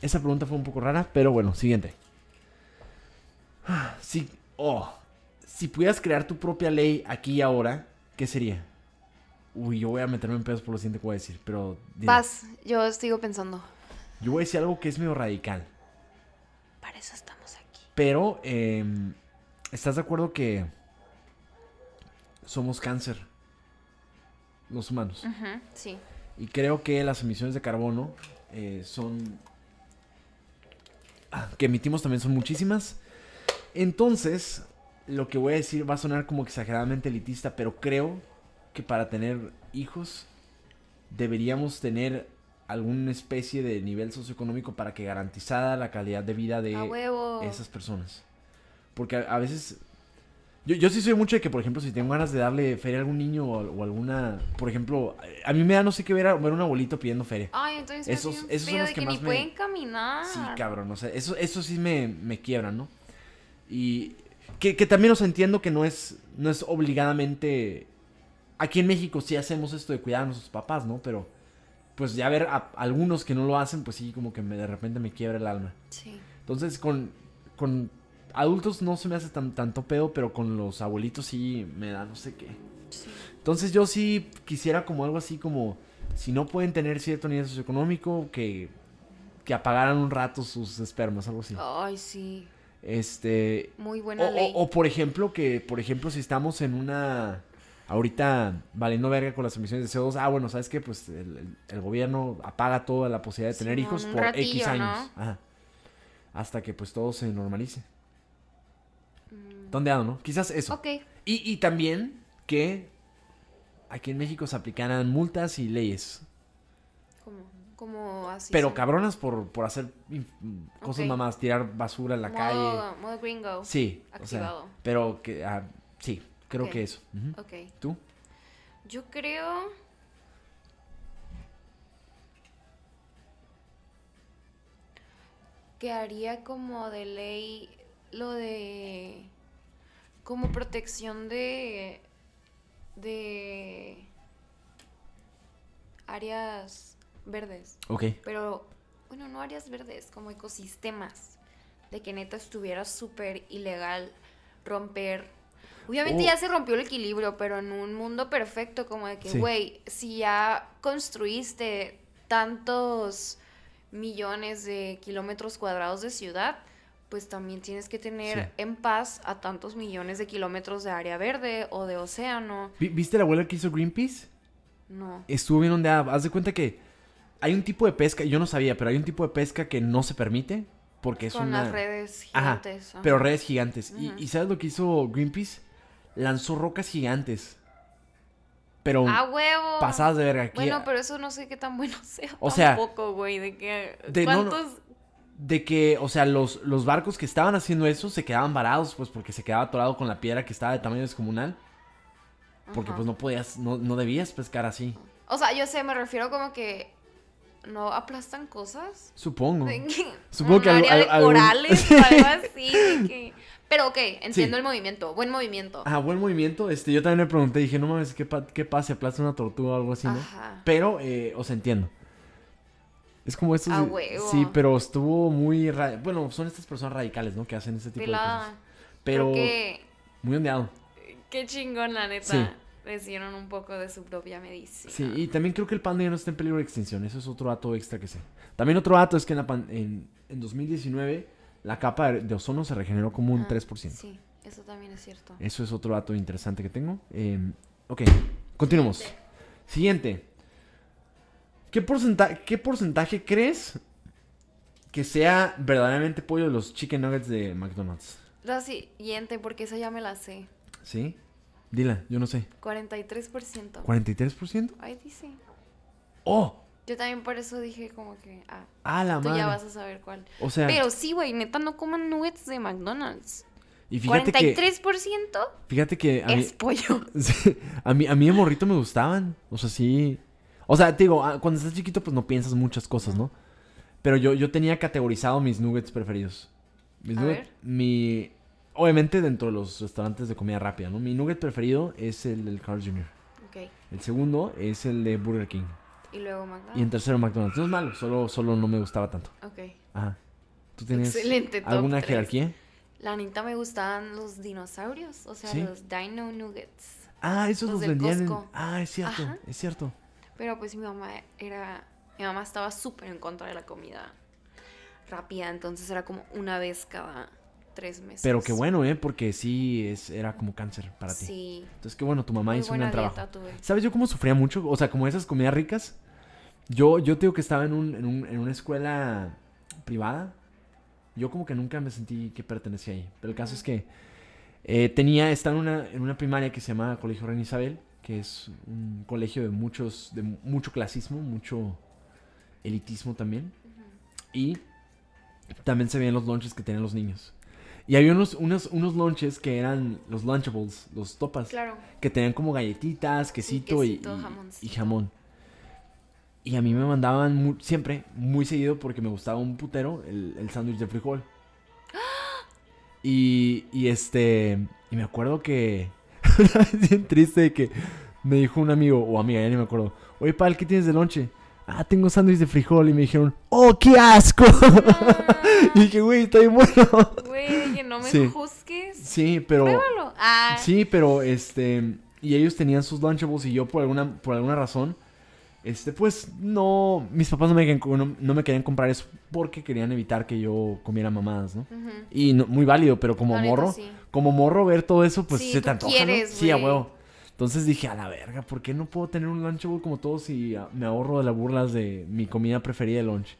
C: Esa pregunta fue un poco rara, pero bueno, siguiente. Ah, Si, oh, si pudieras crear tu propia ley aquí y ahora, ¿qué sería? Uy, yo voy a meterme en pedos por lo siguiente que voy a decir, pero... dime.
B: Paz, yo sigo pensando.
C: Yo voy a decir algo que es medio radical,
B: Para eso estamos aquí.
C: pero... em, ¿Estás de acuerdo que somos cáncer? Los humanos.
B: Ujú, Sí.
C: Y creo que las emisiones de carbono eh, son... ah, que emitimos también son muchísimas. Entonces, lo que voy a decir va a sonar como exageradamente elitista, pero creo que para tener hijos deberíamos tener alguna especie de nivel socioeconómico para que garantizada la calidad de vida de
B: A huevo.
C: esas personas. Porque a, a veces... Yo, yo sí soy mucho de que, por ejemplo, si tengo ganas de darle feria a algún niño o, o alguna... Por ejemplo, a mí me da no sé qué ver, a- ver un abuelito pidiendo feria.
B: Ay, entonces me hace
C: Esos-
B: bien
C: esos son
B: feo
C: los
B: de
C: que
B: que, ni
C: más me-
B: pueden caminar.
C: Sí, cabrón, o sea, eso, eso sí me, me quiebra, ¿no? Y que, que también os entiendo que no es, no es obligadamente... Aquí en México sí hacemos esto de cuidar a nuestros papás, ¿no? Pero pues ya ver a algunos que no lo hacen, pues sí, como que me- de repente me quiebra el alma.
B: Sí.
C: Entonces, con, con adultos no se me hace tan, tanto pedo, pero con los abuelitos sí me da no sé qué.
B: Sí.
C: Entonces, yo sí quisiera como algo así como, si no pueden tener cierto nivel socioeconómico, que, que apagaran un rato sus espermas, algo así.
B: Ay, sí.
C: Este...
B: Muy
C: O,
B: buena ley.
C: o- o, por ejemplo, que, por ejemplo, si estamos en una... Ahorita valiendo verga con las emisiones de CO2, ah, bueno, ¿sabes qué? Pues el, el- el gobierno apaga toda la posibilidad de tener
B: Simón,
C: hijos
B: un
C: por X
B: ratillo,
C: años. Ajá. Hasta que pues todo se normalice. Tondeado, ¿no? Quizás eso.
B: Mm. Ok.
C: Y, y también que aquí en México se aplicaran multas y leyes.
B: Como, como así.
C: pero
B: son.
C: cabronas por, por hacer in- cosas
B: Ok.
C: mamadas, tirar basura en la calle.
B: Modo, modo gringo.
C: Sí. o sea,
B: Activado.
C: pero que... ah, sí, creo
B: Ok.
C: que eso. Ujú.
B: Ok.
C: ¿Tú?
B: Yo creo. Que haría como de ley lo de. Como protección de. De. Áreas verdes.
C: Ok.
B: Pero, bueno, no áreas verdes, como ecosistemas. De que neta estuviera súper ilegal romper. Obviamente
C: Oh.
B: ya se rompió el equilibrio, pero en un mundo perfecto, como de que,
C: Sí.
B: güey, si ya construiste tantos millones de kilómetros cuadrados de ciudad, pues también tienes que tener
C: Sí.
B: en paz a tantos millones de kilómetros de área verde o de océano.
C: Vi- ¿Viste la huelga que hizo Greenpeace?
B: No.
C: Estuvo bien ondeada. Haz de cuenta que hay un tipo de pesca, yo no sabía, pero hay un tipo de pesca que no se permite porque es
B: Con
C: una...
B: las redes
C: Ajá,
B: gigantes. ajá.
C: pero redes gigantes. Y-
B: Ujú.
C: y, sabes lo que hizo Greenpeace? Lanzó rocas gigantes. Pero
B: ¡A huevo!
C: pasadas de verga aquí.
B: Ah, Bueno, pero eso no sé qué tan bueno sea.
C: O sea,
B: Tampoco, güey, de que.
C: de- no, no.
B: ¿Cuántos?
C: De que, o sea, los, los barcos que estaban haciendo eso se quedaban varados, pues porque se quedaba atorado con la piedra que estaba de tamaño descomunal. Porque
B: Ajá.
C: pues no podías, no, no debías pescar así.
B: O sea, yo sé, me refiero como que. ¿No aplastan cosas?
C: Supongo.
B: De que-
C: Supongo
B: un
C: que al-
B: área de
C: al- algún-
B: corales o algo así. de que- Pero ok, entiendo
C: Sí.
B: el movimiento. Buen movimiento.
C: Ajá, buen movimiento. Este, yo también me pregunté, dije, no mames, ¿qué, pa qué pasa si aplasta una tortuga o algo así, no?
B: Ajá.
C: Pero, eh, o sea, entiendo. Es como estos...
B: A huevo.
C: Sí, pero estuvo muy... ra- Bueno, son estas personas radicales, ¿no? Que hacen este tipo de
B: Pelada.
C: cosas. Pero...
B: Creo que.
C: Muy ondeado.
B: Qué chingón, la neta.
C: Sí.
B: Hicieron un poco de su propia medicina.
C: Sí, y también creo que el panda ya no está en peligro de extinción. Eso es otro dato extra que sé. También otro dato es que en, la pan- en, en 2019 la capa de de ozono se regeneró como un
B: Ah,
C: 3%.
B: Sí, eso también es cierto.
C: Eso es otro dato interesante que tengo. Eh, ok, continuamos. Siguiente. ¿Qué, porcenta- ¿Qué porcentaje crees que sea verdaderamente pollo de los chicken nuggets de McDonald's?
B: La siguiente, porque esa ya me la sé.
C: ¿Sí? Dila, yo no sé.
B: 43%.
C: ¿43%?
B: Ahí dice.
C: ¡Oh!
B: Yo también por eso dije como que, ah,
C: ¡A la
B: tú
C: madre!
B: ya vas a saber cuál.
C: O sea,
B: Pero sí, güey, neta, no coman nuggets de McDonald's.
C: y fíjate que,
B: 43%
C: fíjate que a mí,
B: es pollo.
C: Sí, a mí, a mí de morrito me gustaban. O sea, sí. O sea, te digo, ah, cuando estás chiquito, pues no piensas muchas cosas, ¿no? Pero yo, yo tenía categorizado mis nuggets preferidos. Mis
B: A
C: nuggets.
B: ver.
C: Mi. Obviamente dentro de los restaurantes de comida rápida, ¿no? Mi nugget preferido es el del Carl Jr.
B: Ok,
C: El segundo es el de Burger King.
B: y luego
C: Y en
B: McDonald's.
C: tercero McDonald's. No es malo, solo, solo no me gustaba tanto.
B: Ok.
C: Ajá. ¿Tú tienes
B: Excelente top
C: alguna
B: tres.
C: jerarquía?
B: La neta me gustaban los dinosaurios, o sea,
C: Sí.
B: los dino nuggets.
C: Ah, esos los,
B: Los del
C: vendían en-
B: Costco.
C: Ah, es cierto,
B: Ajá.
C: es cierto.
B: Pero pues mi mamá era, mi mamá estaba súper en contra de la comida rápida, entonces era como una vez cada tres meses.
C: Pero qué bueno, ¿eh? Porque sí es, era como cáncer para ti.
B: Sí.
C: Entonces, qué bueno, tu mamá
B: Muy
C: hizo un gran
B: buena
C: trabajo.
B: dieta tuve.
C: ¿Sabes yo cómo sufría mucho? O sea, como esas comidas ricas. Yo, yo te digo que estaba en, un, en, un- en una escuela privada. Yo como que nunca me sentí que pertenecía ahí. Pero el caso es que eh, tenía, estaba en una, en una primaria que se llama Colegio Reina Isabel, que es un colegio de muchos, de mu- mucho clasismo, mucho elitismo también. Y también se veían los lunches que tenían los niños. Y había unos, unos, unos lunches que eran los lunchables, los topas
B: Claro.
C: que tenían como galletitas, quesito, y-
B: quesito,
C: y,
B: jamoncito.
C: y jamón. Y a mí me mandaban mu- siempre, muy seguido, porque me gustaba un putero el, el sándwich de frijol. Y, y este, y me acuerdo que, una vez bien triste, de que me dijo un amigo o amiga, ya ni me acuerdo, oye, Pal, ¿qué tienes de lonche? Ah, tengo sándwich de frijol. Y me dijeron, ¡oh, qué asco!
B: Ah.
C: y dije, güey, está bien bueno.
B: Güey, que no me
C: Sí.
B: juzgues.
C: sí, pero...
B: Pruébalo. Ah,
C: Sí, pero este. Y ellos tenían sus Lunchables y yo por alguna, por alguna razón. Este, pues no. Mis papás no me, querían co- no, no me querían comprar eso porque querían evitar que yo comiera mamadas, ¿no?
B: ujú.
C: Y no- muy válido, pero como
B: La neta,
C: morro.
B: sí.
C: Como morro ver todo eso, pues
B: Sí,
C: se te
B: tú
C: antoja. ¿no?
B: quieres,
C: Sí, a
B: güey.
C: huevo. Entonces dije, a la verga, ¿por qué no puedo tener un Lunchable como todos y ah, me ahorro de las burlas de mi comida preferida de lunch?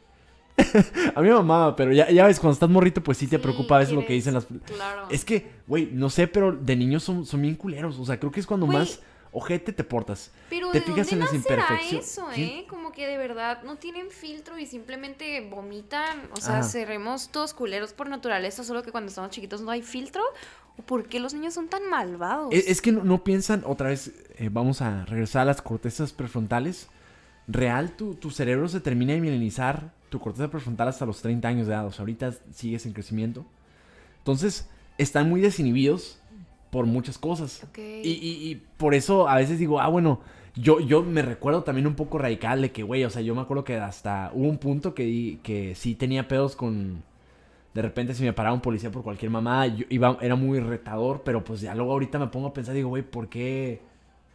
C: a mí me mamaba, pero ya, ya ves, cuando estás morrito, pues sí te
B: Sí,
C: preocupa a veces lo que
B: quieres.
C: dicen las,
B: Claro.
C: es que, güey, no sé, pero de niños son, son bien culeros. O sea, creo que es cuando
B: Güey.
C: más ojete te portas.
B: Pero
C: te
B: ¿de
C: fijas
B: dónde
C: en las
B: nacerá
C: imperfecciones.
B: eso,
C: ¿Quién?
B: eh? Como que de verdad no tienen filtro y simplemente vomitan. O sea,
C: Ajá.
B: seremos todos culeros por naturaleza, solo que cuando estamos chiquitos no hay filtro. ¿Por qué los niños son tan malvados?
C: E, Es, es que no, no piensan, otra vez, eh, vamos a regresar a las cortezas prefrontales. Real, tu, tu cerebro se termina de milenizar tu corteza prefrontal hasta los 30 años de edad. O sea, ahorita sigues en crecimiento. Entonces, están muy desinhibidos por muchas cosas.
B: Ok.
C: Y, y- y por eso a veces digo, ah, bueno, yo, yo me recuerdo también un poco radical de que, güey, o sea, yo me acuerdo que hasta hubo un punto que, di- que sí tenía pedos con... De repente si me paraba un policía por cualquier mamá, yo iba, era muy retador, pero pues ya luego ahorita me pongo a pensar, digo, güey, ¿por qué?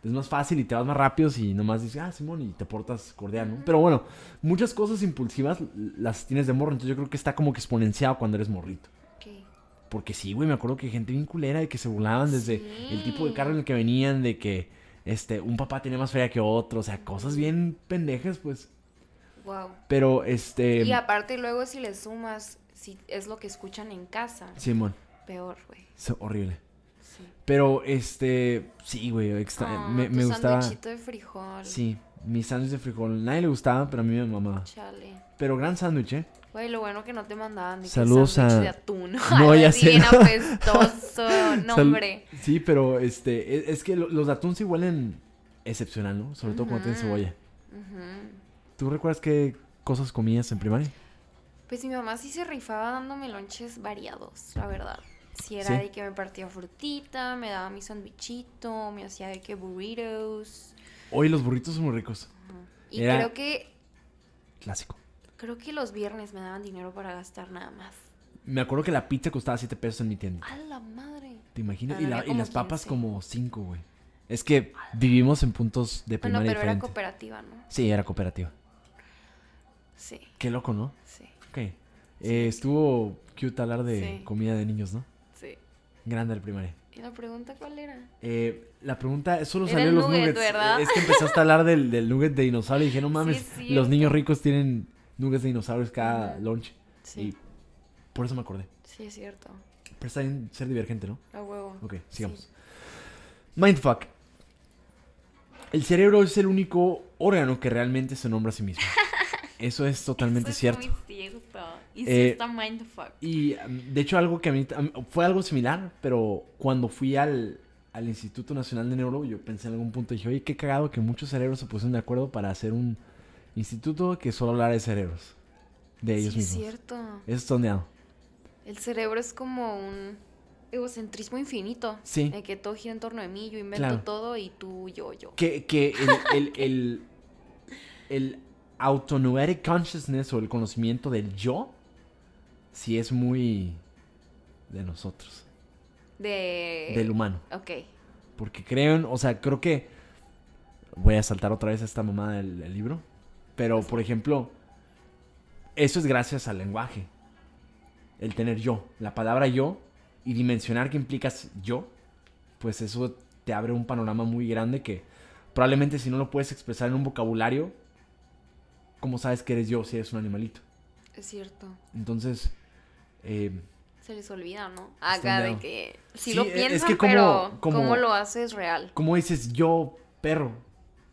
C: Es más fácil y te vas más rápido si nomás dices, ah, Simón, y te portas cordial, ¿no? Pero bueno, muchas cosas impulsivas las tienes de morro, entonces yo creo que está como que exponenciado cuando eres morrito.
B: Ok.
C: Porque sí, güey, me acuerdo que gente bien culera de que se burlaban desde el tipo de carro en el que venían, de que este, un papá tenía más feria que otro, o sea, cosas bien pendejas, pues.
B: Wow.
C: Pero este.
B: Y aparte luego si le sumas, si es lo que escuchan en casa,
C: Simón,
B: peor, güey.
C: es horrible.
B: Sí.
C: Pero este. Sí, güey, extra-
B: Ah,
C: me,
B: tu
C: me gustaba.
B: sanduchito de frijol.
C: Sí, mis sándwiches de frijol. Nadie le gustaba, pero a mí me mamaba.
B: Chale.
C: Pero gran sándwich, ¿eh?
B: Güey, lo bueno que no te mandaban de que
C: Saludos
B: sándwich
C: a-
B: de atún.
C: No, ya
B: Así
C: sé,
B: Bien
C: ¿no?
B: apestoso. No,
C: Sal-
B: hombre.
C: Sí, pero este. Es, es que lo- los de atún sí huelen excepcional, ¿no? Sobre todo cuando tienen
B: Ujú.
C: cebolla.
B: Ujú.
C: ¿Tú recuerdas qué cosas comías en primaria?
B: Pues mi mamá sí se rifaba dándome lonches variados, la verdad. Si era
C: Sí.
B: de que me partía frutita, me daba mi sandwichito, me hacía de que burritos.
C: Hoy los burritos son muy ricos.
B: Y
C: Era-
B: creo que
C: Clásico.
B: creo que los viernes me daban dinero para gastar nada más.
C: Me acuerdo que la pizza costaba 7 pesos en mi tienda.
B: A la madre.
C: ¿Te imaginas?
B: Ah,
C: y,
B: no,
C: la-
B: había
C: y
B: como
C: las papas
B: 15.
C: como 5, güey. Es que vivimos en puntos de
B: Bueno,
C: primaria
B: pero era
C: diferente.
B: cooperativa, ¿no?
C: sí, era cooperativa.
B: Sí,
C: Qué loco, ¿no?
B: sí,
C: Ok. Eh, estuvo cute hablar de
B: Sí.
C: comida de niños, ¿no?
B: sí.
C: Grande la primaria.
B: ¿Y la pregunta cuál era?
C: Eh, la pregunta solo
B: Era
C: salió
B: el
C: los
B: nugget,
C: nuggets.
B: ¿verdad?
C: Eh, Es que empezaste a hablar del, del nugget de dinosaurio y dije, no mames,
B: es
C: los
B: cierto.
C: niños ricos tienen nuggets de dinosaurios cada
B: Ujú.
C: lunch.
B: Sí,
C: Y por eso me acordé.
B: sí, es cierto.
C: Pero está bien ser divergente, ¿no?
B: A huevo.
C: Ok, sigamos.
B: Sí.
C: Mindfuck. El cerebro es el único órgano que realmente se nombra a sí mismo. Eso es totalmente
B: Eso
C: cierto.
B: Es muy cierto. Y sí
C: Eh,
B: está mindfuck.
C: Y um, de hecho algo que a mí a mí- fue algo similar, pero cuando fui al, al Instituto Nacional de Neuro, yo pensé en algún punto y dije, oye, qué cagado que muchos cerebros se pusieron de acuerdo para hacer un instituto que solo hablara de cerebros. De ellos
B: sí, es
C: mismos.
B: cierto.
C: Eso es tondeado.
B: El cerebro es como un egocentrismo infinito.
C: Sí.
B: En que todo gira en torno de mí, yo invento
C: Claro.
B: todo y tú, yo, yo.
C: Que, que el, el, el, el autonoetic consciousness o el conocimiento del yo, sí es muy de nosotros,
B: De...
C: del humano.
B: Ok.
C: Porque creen, o sea, creo que. Voy a saltar otra vez a esta mamada del, del libro. Pero, por ejemplo, eso es gracias al lenguaje. El tener yo. La palabra yo y dimensionar que implicas yo, pues eso te abre un panorama muy grande que probablemente si no lo puedes expresar en un vocabulario, ¿cómo sabes que eres yo si eres un animalito?
B: Es cierto.
C: Entonces, eh,
B: Se les olvida, ¿no?
C: Está
B: Acá de
C: meado.
B: que...
C: Sí,
B: Sí, lo
C: es- es
B: piensan,
C: que como-
B: pero
C: como-
B: cómo lo haces real.
C: ¿cómo dices yo, perro?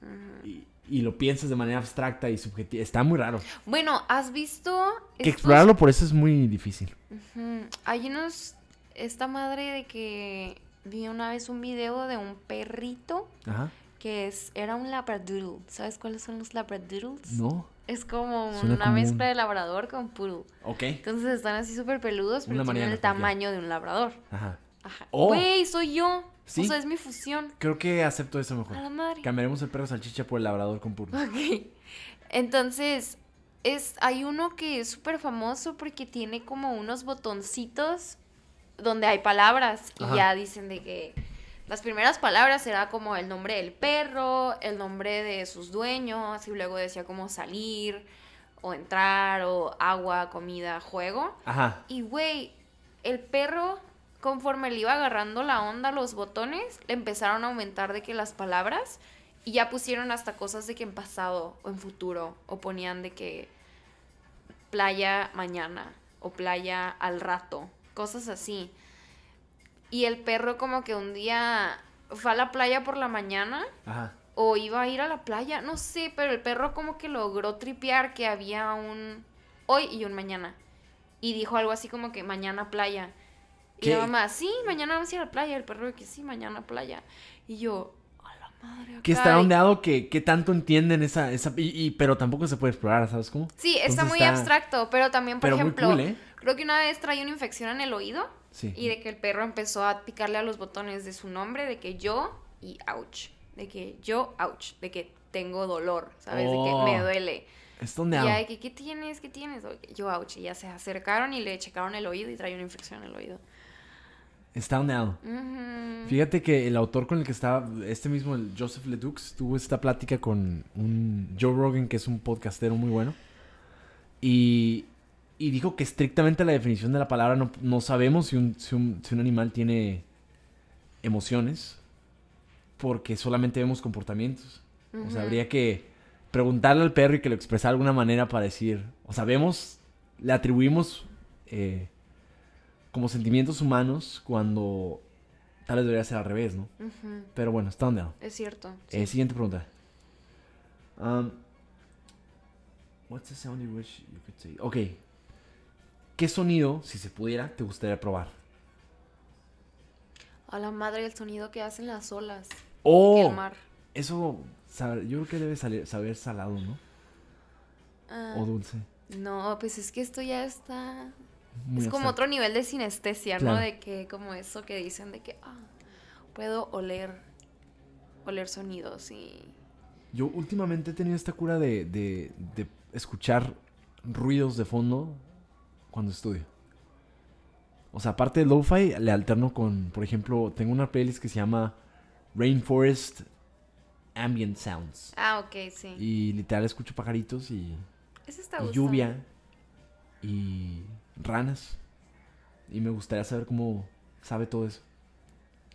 B: Ujú.
C: Y, y lo piensas de manera abstracta y subjetiva. Está muy raro.
B: Bueno, ¿has visto
C: Que
B: estos-
C: explorarlo por eso es muy difícil.
B: Ujú. Hay unos... Esta madre de que... Vi una vez un video de un perrito
C: Ajá.
B: que es, era un labradoodle. ¿Sabes cuáles son los labradoodles?
C: No.
B: Es como
C: Suena
B: una
C: como
B: mezcla
C: un-
B: de labrador con poodle.
C: Ok.
B: Entonces están así súper peludos, pero
C: Una
B: tienen
C: Mariana
B: el
C: cualquiera.
B: tamaño de un labrador.
C: Ajá.
B: Ajá.
C: Oh.
B: Güey, soy yo.
C: Sí.
B: O sea, es mi fusión.
C: Creo que acepto eso mejor.
B: A la madre.
C: Cambiaremos el perro salchicha por el labrador con purno.
B: Ok. Entonces, es, hay uno que es súper famoso porque tiene como unos botoncitos donde hay palabras y
C: Ajá.
B: ya dicen de que las primeras palabras era como el nombre del perro, el nombre de sus dueños y luego decía como salir o entrar o agua, comida, juego.
C: Ajá.
B: Y güey, el perro, conforme le iba agarrando la onda a los botones, le empezaron a aumentar de que las palabras y ya pusieron hasta cosas de que en pasado o en futuro o ponían de que playa mañana o playa al rato, cosas así. Y el perro como que un día fue a la playa por la mañana
C: Ajá.
B: o iba a ir a la playa, no sé, pero el perro como que logró tripear que había un hoy y un mañana. Y dijo algo así como que mañana playa. Y la
A: ¿Qué?
B: mamá, sí, mañana vamos a ir a la playa. El perro de que sí, mañana playa. Y yo, a la madre.
C: Que
B: acá,
C: está
B: de-
C: ondeado que, que tanto entienden esa... esa y, y- pero tampoco se puede explorar, ¿sabes cómo?
B: Sí, está
C: Entonces
B: muy
C: está-
B: abstracto, pero también, por
C: Pero muy
B: ejemplo,
C: cool, ¿eh?
B: creo que una vez traía una infección en el oído
C: Sí.
B: y de que el perro empezó a picarle a los botones de su nombre, de que yo y ouch, de que yo ouch, de que tengo dolor, ¿sabes?
C: Oh.
B: De que me duele.
C: Está
B: Y
C: ondeado.
B: ya de que, ¿qué tienes? ¿Qué tienes? O que Yo ouch, y ya se acercaron y le checaron el oído y traía una infección en el oído.
C: Está ondeado.
B: Ujú.
C: Fíjate que el autor con el que estaba, este mismo, el Joseph Ledux, tuvo esta plática con un Joe Rogan, que es un podcastero muy bueno. Y, y dijo que estrictamente la definición de la palabra no, no sabemos si un, si un- si un animal tiene emociones, porque solamente vemos comportamientos. O sea, habría que preguntarle al perro y que lo expresara de alguna manera para decir, o sea, vemos, le atribuimos eh, como sentimientos humanos cuando tal vez debería ser al revés, ¿no?
B: Ujú.
C: Pero bueno, está ondeado.
B: Es cierto.
C: Eh, siguiente pregunta. Um, what's the sound you wish you could say? Ok. ¿Qué sonido, si se pudiera, te gustaría probar?
B: A la madre el sonido que hacen las olas. que
C: ¡Oh!
B: el mar.
C: Eso, sa- yo creo que debe salir, saber salado, ¿no?
B: Ah,
C: O dulce.
B: no, pues es que esto ya está.
C: Muy
B: es como
C: abstracto.
B: otro nivel de sinestesia,
C: Claro.
B: ¿no? De que, como eso que dicen de que, ah, puedo oler, oler sonidos y...
C: Yo últimamente he tenido esta cura de, de- de escuchar ruidos de fondo cuando estudio. O sea, aparte de lo-fi, le alterno con, por ejemplo, tengo una playlist que se llama Rainforest Ambient Sounds.
B: Ah, ok, sí.
C: Y literal escucho pajaritos y,
B: Eso está
C: y
B: gustando.
C: lluvia y ranas. Y me gustaría saber cómo sabe todo eso.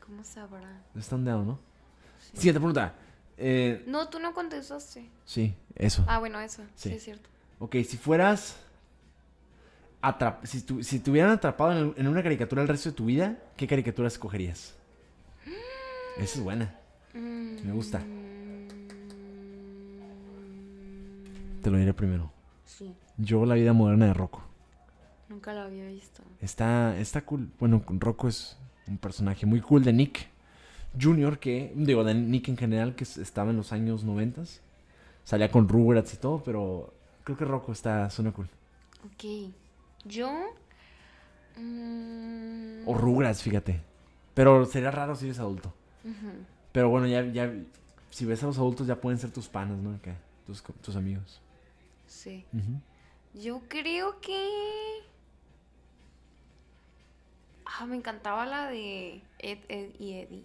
B: ¿Cómo sabrá?
C: Están dado, ¿no?
B: Sí.
C: Siguiente pregunta. Eh,
B: No, tú no contestaste.
C: sí, eso.
B: Ah, bueno, eso. Sí,
C: Sí.
B: es cierto.
C: Ok, si fueras. atrap- si, tu- si te hubieran atrapado en, en una caricatura el resto de tu vida, ¿qué caricatura escogerías? Esa es buena. Me gusta.
B: Mm,
C: Te lo diré primero.
B: Sí,
C: Yo, la vida moderna de Rocco.
B: nunca lo había visto.
C: Está, está cool. Bueno, Rocco es un personaje muy cool de Nick Jr., que, digo, de Nick en general, que es- estaba en los años 90. Salía con Rugrats y todo, pero creo que Rocco está, suena cool.
B: Ok. Yo... mm,
C: O Rugrats, fíjate. Pero sería raro si eres adulto.
B: ujú.
C: Pero bueno, ya, ya, si ves a los adultos ya pueden ser tus panas, ¿no? Acá, tus, co- tus amigos.
B: Sí.
C: Ujú.
B: Yo creo que. Ah, me encantaba la de Ed, Ed y Eddie.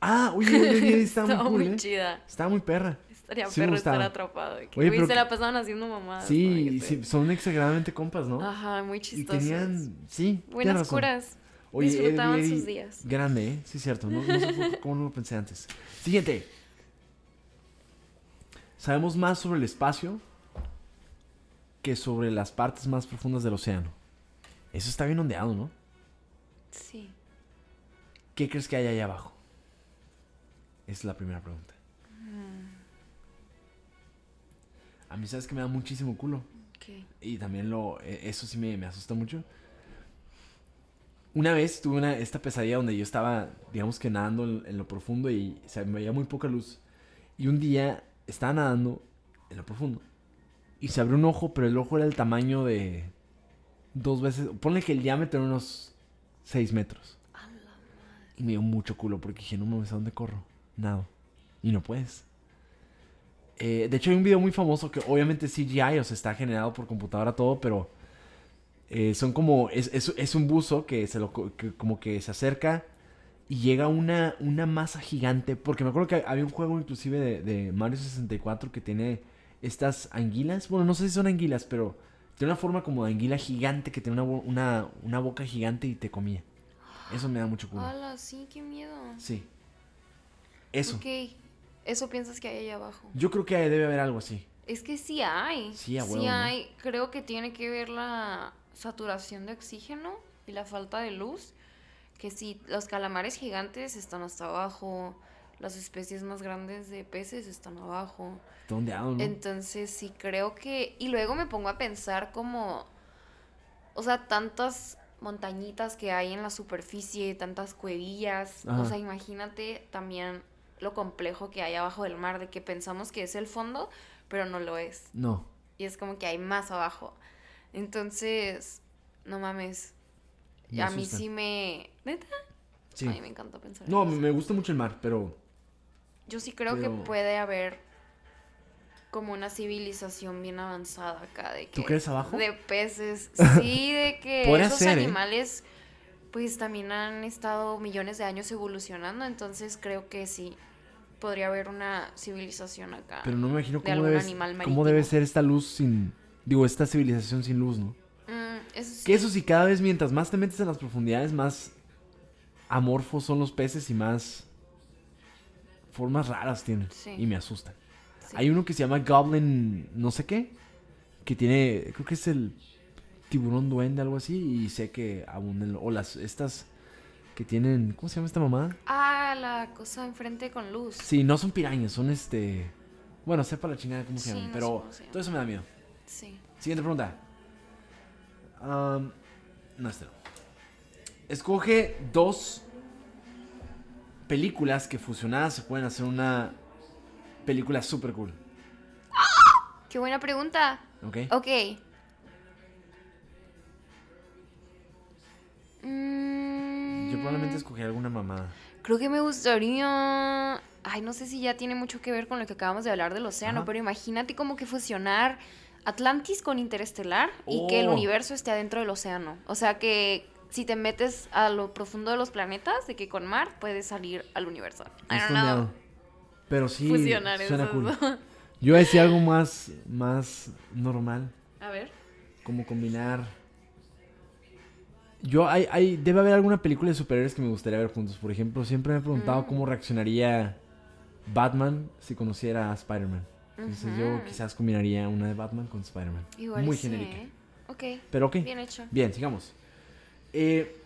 C: Ah, oye, oye, oye, está muy
B: Estaba
C: cool,
B: muy
C: ¿eh?
B: chida.
C: Estaba muy perra.
B: Estaría
C: Sí me
B: perro estar
C: gustaba.
B: atrapado. de que,
C: Oye,
B: güey,
C: pero
B: se
C: que-
B: la pasaban haciendo mamadas. ¿no?
C: Sí,
B: De que
C: y
B: se-
C: sí, son exageradamente compas, ¿no?
B: Ajá, muy
C: y
B: Ah, chistosos.
C: tenían, sí, tienes
B: Buenas
C: razón.
B: curas.
C: Oye, Eddie,
B: Disfrutaban
C: Eddie,
B: sus días.
C: Grande, ¿eh? Sí, cierto. No, no sé por- cómo no lo pensé antes. Siguiente. Sabemos más sobre el espacio que sobre las partes más profundas del océano. Eso está bien ondeado, ¿no?
B: Sí.
C: ¿Qué crees que hay ahí abajo? Es la primera pregunta.
B: Ah.
C: A mí sabes que me da muchísimo culo.
B: Ok.
C: Y también lo... e- Eso sí me, me asusta mucho. Una vez tuve una, esta pesadilla donde yo estaba, digamos que nadando en, en lo profundo y se me veía muy poca luz. Y un día estaba nadando en lo profundo. Y se abrió un ojo, pero el ojo era el tamaño de... Dos veces... Ponle que el diámetro era unos 6 metros.
B: A la madre.
C: Y me dio mucho culo porque dije, no mames, ¿a dónde corro? Nado. Y no puedes. Eh, de hecho, hay un video muy famoso que obviamente es CGI, o sea, está generado por computadora todo, pero eh, son como. Es, es- es un buzo que se lo co- que como que se acerca y llega una, una masa gigante. Porque me acuerdo que había un juego inclusive de, de Mario 64 que tiene estas anguilas. Bueno, no sé si son anguilas, pero tiene una forma como de anguila gigante que tiene una, bo- una, una boca gigante y te comía. Eso me da mucho culo.
B: Hola, sí, qué miedo.
C: Sí. Eso.
B: Ok. Eso piensas que hay ahí abajo.
C: Yo creo que debe haber algo así.
B: Es que sí hay.
C: Sí, a huevo, ¿no?
B: hay. Creo que tiene que ver la saturación de oxígeno y la falta de luz. Que sí, los calamares gigantes están hasta abajo. Las especies más grandes de peces están abajo.
C: ¿Dónde hago, no?
B: Entonces sí creo que... Y luego me pongo a pensar como... O sea, tantas montañitas que hay en la superficie, tantas cuevillas.
C: Ajá.
B: O sea, imagínate también lo complejo que hay abajo del mar, de que pensamos que es el fondo, pero no lo es.
C: No.
B: Y es como que hay más abajo. Entonces, no mames.
C: me
B: a mí
C: asusta.
B: sí me... ¿Neta?
C: Sí.
B: A mí me encanta pensar en
C: No,
B: eso.
C: me- me gusta mucho el mar, pero
B: Yo sí creo
C: Pero-
B: que puede haber como una civilización bien avanzada acá de que
C: ¿Tú crees abajo?
B: de peces, sí, de que
C: Podría
B: esos
C: ser, ¿eh?
B: animales pues también han estado millones de años evolucionando, entonces creo que sí podría haber una civilización acá.
C: Pero no me imagino
B: de
C: cómo,
B: algún
C: debes-
B: animal
C: cómo
B: marítimo.
C: debe ser esta luz sin... Digo, esta civilización sin luz, ¿no?
B: Mm, eso sí.
C: Que eso sí, cada vez mientras más te metes en las profundidades, más amorfos son los peces y más formas raras tienen.
B: Sí.
C: Y me asustan.
B: Sí.
C: Hay uno que se llama Goblin no sé qué, que tiene, creo que es el tiburón duende, algo así, y sé que abundan. O las, estas que tienen, ¿cómo se llama esta mamada?
B: Ah, la cosa enfrente con luz.
C: Sí, no son pirañas, son este... Bueno, sepa la chingada cómo
B: Sí,
C: se llaman,
B: no sé
C: pero
B: cómo se llaman.
C: todo eso me da miedo.
B: Sí.
C: Siguiente pregunta. Am, no, este no. Escoge dos películas que fusionadas se pueden hacer una película super cool.
B: Qué buena pregunta.
C: ¿Ok?
B: Ok. Mm,
C: Yo probablemente escogí alguna mamada.
B: Creo que me gustaría. Ay, no sé si ya tiene mucho que ver con lo que acabamos de hablar del océano,
C: Ajá.
B: pero imagínate como que fusionar Atlantis con Interestelar y que el
C: Oh.
B: universo esté adentro del océano. O sea que si te metes a lo profundo de los planetas, de que con mar puedes salir al universo. I don't know.
C: Estoneado. Pero sí
B: Fusionar
C: suena
B: eso.
C: cool. Yo decía algo más, más normal,
B: A ver.
C: como combinar. Yo, hay, hay, debe haber alguna película de superhéroes que me gustaría ver juntos. Por ejemplo, siempre me he preguntado
B: Mm.
C: cómo reaccionaría Batman si conociera a Spider-Man. Entonces yo
B: Ujú.
C: quizás combinaría una de Batman con Spider-Man.
B: Igual
C: Muy
B: sí,
C: genérica.
B: ¿eh? Ok.
C: Pero ok.
B: Bien hecho.
C: Bien, sigamos. Eh,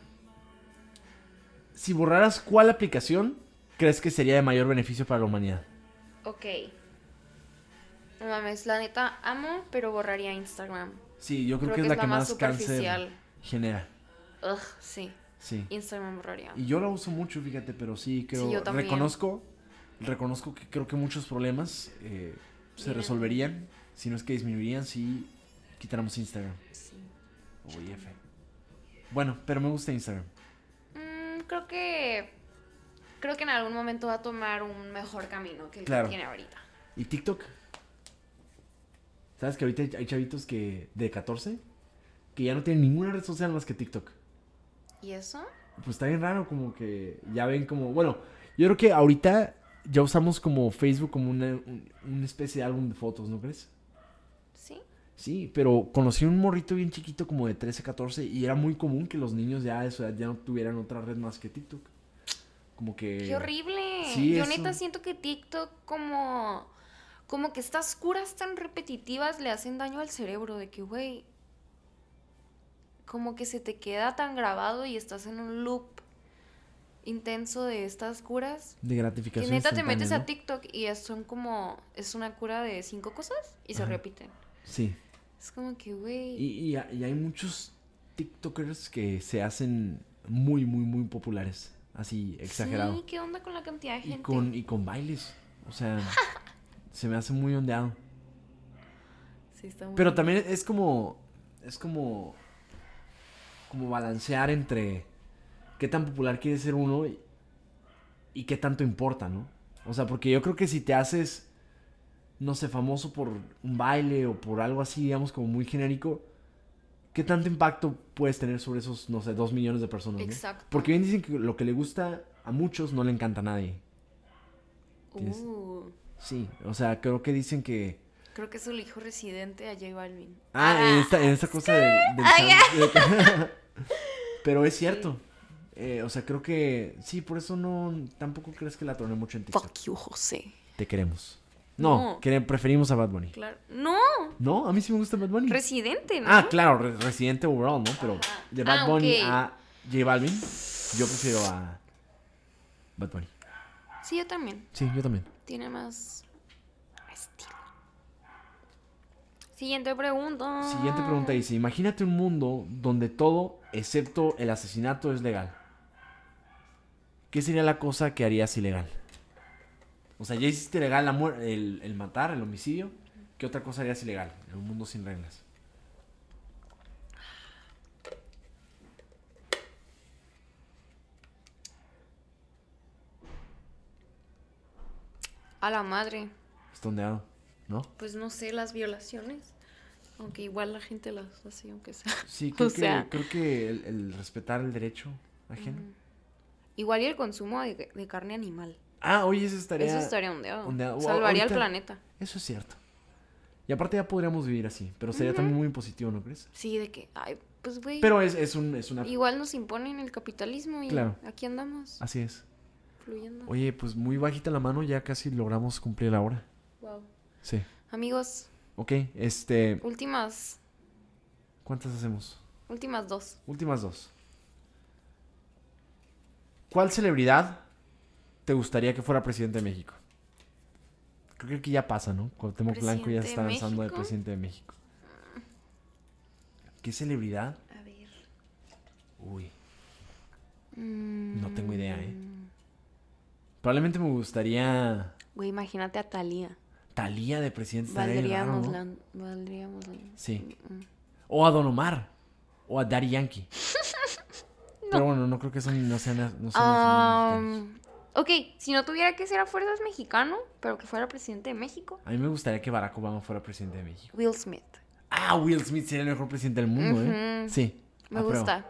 C: si borraras cuál aplicación crees que sería de mayor beneficio para la humanidad.
B: Ok. No mames, la neta amo, pero borraría Instagram.
C: Sí, yo creo, que, es la, que más, cáncer genera.
B: Ugh, sí.
C: Sí.
B: Instagram borraría.
C: Y yo la uso mucho, fíjate, pero sí creo.
B: Sí, yo también.
C: Reconozco, reconozco que creo que muchos problemas eh, se
B: Vienen.
C: resolverían, si no es que disminuirían, si quitáramos Instagram.
B: Sí.
C: Oye, F. Bueno, pero me gusta Instagram.
B: Mm, creo que. Creo que en algún momento va a tomar un mejor camino que el
C: Claro.
B: que tiene ahorita.
C: ¿Y TikTok? ¿Sabes que ahorita hay- hay chavitos que de 14 que ya no tienen ninguna red social más que TikTok?
B: ¿Y eso?
C: Pues está bien raro, como que ya ven como... Bueno, yo creo que ahorita ya usamos como Facebook como una, un- una especie de álbum de fotos, ¿no crees?
B: Sí.
C: Sí, pero conocí un morrito bien chiquito como de 13, 14 y era muy común que los niños ya de su edad ya no tuvieran otra red más que TikTok. Como que...
B: ¡Qué horrible!
C: sí,
B: Yo
C: eso.
B: neta siento que TikTok como. Como que estas curas tan repetitivas le hacen daño al cerebro, de que, güey. Como que se te queda tan grabado y estás en un loop intenso de estas curas.
C: De
B: Que
C: gratificación.
B: neta te metes
C: instantánea,
B: a TikTok y es- son como. Es una cura de cinco cosas y se
C: Ajá.
B: repiten.
C: ¿no? Sí.
B: Es como que, güey.
C: Y, y ha- y hay muchos TikTokers que se hacen muy, muy, muy populares. Así, exagerado.
B: Sí, ¿qué onda con la cantidad de
C: y,
B: gente?
C: con, y con bailes. O sea, se me hace muy ondeado.
B: Sí, está muy-
C: Pero también es como. Es como. Como balancear entre. Qué tan popular quiere ser uno y, y qué tanto importa, ¿no? O sea, porque yo creo que si te haces. No sé, famoso por un baile o por algo así, digamos, como muy genérico. ¿Qué tanto impacto puedes tener sobre esos, no sé, dos millones de personas? ¿no?
B: Exacto.
C: Porque bien dicen que lo que le gusta a muchos no le encanta a nadie. tienes-
B: Uh,
C: Sí, o sea, creo que dicen que.
B: creo que es el hijo residente a J Balvin.
C: Ah, en esta, en esta cosa de, del
B: Ah,
C: chan- Pero es cierto. Eh, o sea, creo que sí, por eso no. Tampoco crees que la troné mucho en TikTok.
B: Fuck you, José.
C: Te queremos. No,
B: No.
C: quere- preferimos a Bad Bunny.
B: Claro. No,
C: No, a mí sí me gusta Bad Bunny.
B: residente, ¿no?
C: Ah, claro, re- Residente overall, ¿no? Pero
B: Ajá.
C: de Bad
B: Ah,
C: Bunny
B: ok.
C: a J Balvin, yo prefiero a Bad Bunny.
B: Sí, yo también.
C: Sí, yo también.
B: Tiene más estilo. Siguiente pregunta.
C: Siguiente pregunta dice, imagínate un mundo donde todo, excepto el asesinato, es legal. ¿Qué sería la cosa que harías ilegal? O sea, ya hiciste legal la muer- el, el matar, el homicidio. ¿Qué otra cosa harías ilegal en un mundo sin reglas?
B: A la madre.
C: Estondeado, ¿no?
B: Pues no sé, las violaciones. Aunque igual la gente las hace, aunque sea.
C: Sí,
B: O
C: creo que,
B: sea. Mm.
C: creo que el, el respetar el derecho ajeno.
B: Igual y el consumo de, de carne animal.
C: Ah, oye, eso estaría...
B: Eso estaría ondeado.
C: ondeado. Wow,
B: Salvaría al
C: ahorita-
B: planeta.
C: Eso es cierto. Y aparte ya podríamos vivir así, pero sería también muy positivo, ¿no crees?
B: Sí, de que, ay, pues güey.
C: Pero es, es, un, es una...
B: Igual nos imponen el capitalismo y
C: Claro.
B: aquí andamos,
C: Así es.
B: fluyendo.
C: Oye, pues muy bajita la mano, ya casi logramos cumplir la hora.
B: Wow.
C: Sí.
B: Amigos,
C: Ok, este...
B: últimas,
C: ¿Cuántas hacemos?
B: últimas dos.
C: Últimas dos. ¿Cuál celebridad te gustaría que fuera presidente de México? Creo que ya pasa, ¿no? Cuauhtémoc Blanco ya
B: ¿Presidente
C: se está
B: de
C: lanzando de
B: México?
C: presidente de México. ¿Qué celebridad?
B: A ver.
C: Uy,
B: Mm,
C: no tengo idea, ¿eh? Probablemente me gustaría
B: Güey, imagínate a Talía.
C: Talía de presidente. estaría bien raro,
B: Valdríamos
C: ¿no?
B: la, valdríamos la- Mm.
C: Sí. O a Don Omar. O a Daddy Yankee. Pero bueno, no creo que son, no sean, no sean- no
B: Ah,
C: sean mexicanos.
B: Am, ok, si no tuviera que ser a fuerzas mexicano, pero que fuera presidente de México,
C: A mí me gustaría que Barack Obama fuera presidente de México.
B: Will Smith.
C: Ah, Will Smith sería el mejor presidente del mundo, ¿eh?
B: Ujú.
C: Sí.
B: Me
C: apruebo.
B: gusta.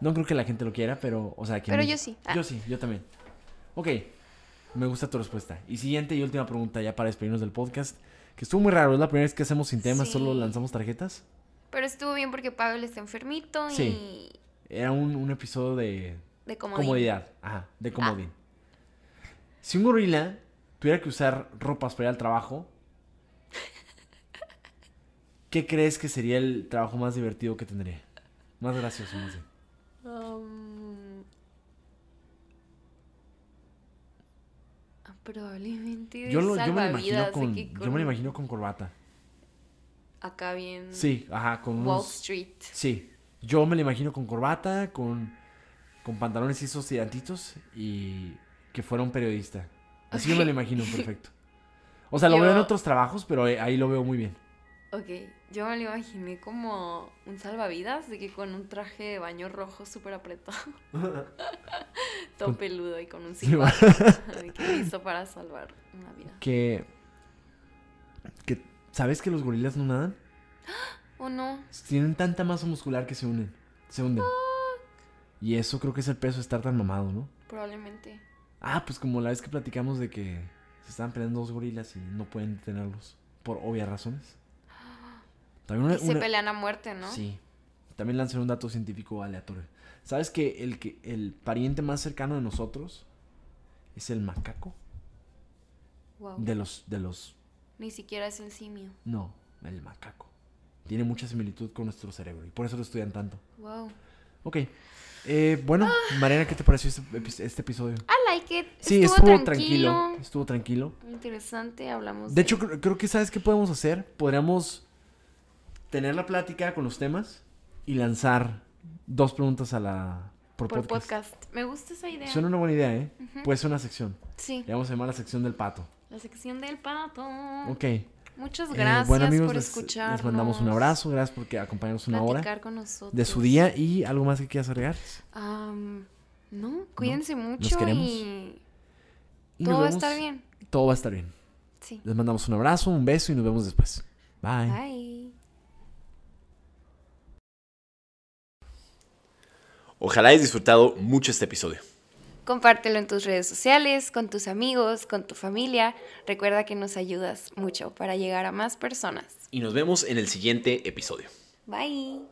C: No creo que la gente lo quiera, pero, o sea, que...
B: Pero yo sí. Ah.
C: Yo sí, yo también. Ok, me gusta tu respuesta. Y siguiente y última pregunta ya para despedirnos del podcast, que estuvo muy raro, es la primera vez que hacemos sin temas,
B: Sí.
C: solo lanzamos tarjetas.
B: Pero estuvo bien porque Pablo está enfermito y
C: Sí. Era un, un episodio de
B: de comodín. Ah.
C: comodidad, ajá, de comodín. Si un gorila tuviera que usar ropas para ir al trabajo, ¿qué crees que sería el trabajo más divertido que tendría? Más gracioso, más bien.
B: Am, ah, probablemente de
C: Yo, lo- yo me lo
B: salvavidas,
C: imagino
B: de
C: con,
B: que
C: yo
B: con-
C: me lo imagino con corbata.
B: Acá bien.
C: Sí, ajá, con
B: Wall
C: unos...
B: Street.
C: Sí, yo me lo imagino con corbata, con, con pantalones y esos tirantitos y que fuera un periodista. Así yo me lo imagino, perfecto. O sea, lo
B: Yo-
C: veo en otros trabajos, pero eh, ahí lo veo muy bien.
B: Ok, yo me lo imaginé como un salvavidas, de que con un traje de baño rojo súper apretado. Todo peludo y con un
C: Sí, va.
B: silbato. de que listo para salvar una vida.
C: Que, que ¿sabes que los gorilas no nadan?
B: ¿O no?
C: Tienen tanta masa muscular que se unen, se hunden. Y eso creo que es el peso de estar tan mamado, ¿no?
B: Probablemente.
C: Ah, pues como la vez que platicamos de que se estaban peleando dos gorilas y no pueden detenerlos por obvias razones. También
B: Y
C: una-
B: se
C: una-
B: pelean a muerte, ¿no?
C: Sí. También lanzan un dato científico aleatorio. ¿Sabes que el, que el pariente más cercano de nosotros es el macaco?
B: Wow.
C: De los, de los...
B: Ni siquiera es el simio.
C: No, el macaco. Tiene mucha similitud con nuestro cerebro y por eso lo estudian tanto.
B: Wow.
C: Ok. Eh, bueno,
B: Ah.
C: Mariana, ¿qué te pareció este, epi- este episodio?
B: I like it.
C: Sí, estuvo, tranquilo.
B: tranquilo.
C: Estuvo tranquilo.
B: Interesante, hablamos.
C: De hecho, cre- creo que sabes qué podemos hacer. Podríamos tener la plática con los temas y lanzar dos preguntas a la por,
B: por
C: podcast.
B: podcast. Me gusta esa idea.
C: Suena una buena idea, ¿eh? Puede ser una sección.
B: Sí,
C: Le vamos a llamar la sección del pato.
B: la sección del pato.
C: Ok. Eh,
B: Ah. Muchas gracias
C: bueno, amigos,
B: por
C: les-
B: escuchar.
C: Les mandamos un abrazo. Gracias porque acompañamos una hora
B: con nosotros.
C: de su día. ¿Y algo más que quieras agregar?
B: Am, no, cuídense mucho
C: queremos.
B: y
C: Y nos
B: todo va a
C: vemos-
B: estar bien.
C: Todo va a estar bien.
B: Sí.
C: Les mandamos un abrazo, un beso y nos vemos después. Bye.
B: Bye.
A: Ojalá hayas disfrutado mucho este episodio.
B: Compártelo en tus redes sociales, con tus amigos, con tu familia. Recuerda que nos ayudas mucho para llegar a más personas.
A: Y nos vemos en el siguiente episodio.
B: Bye.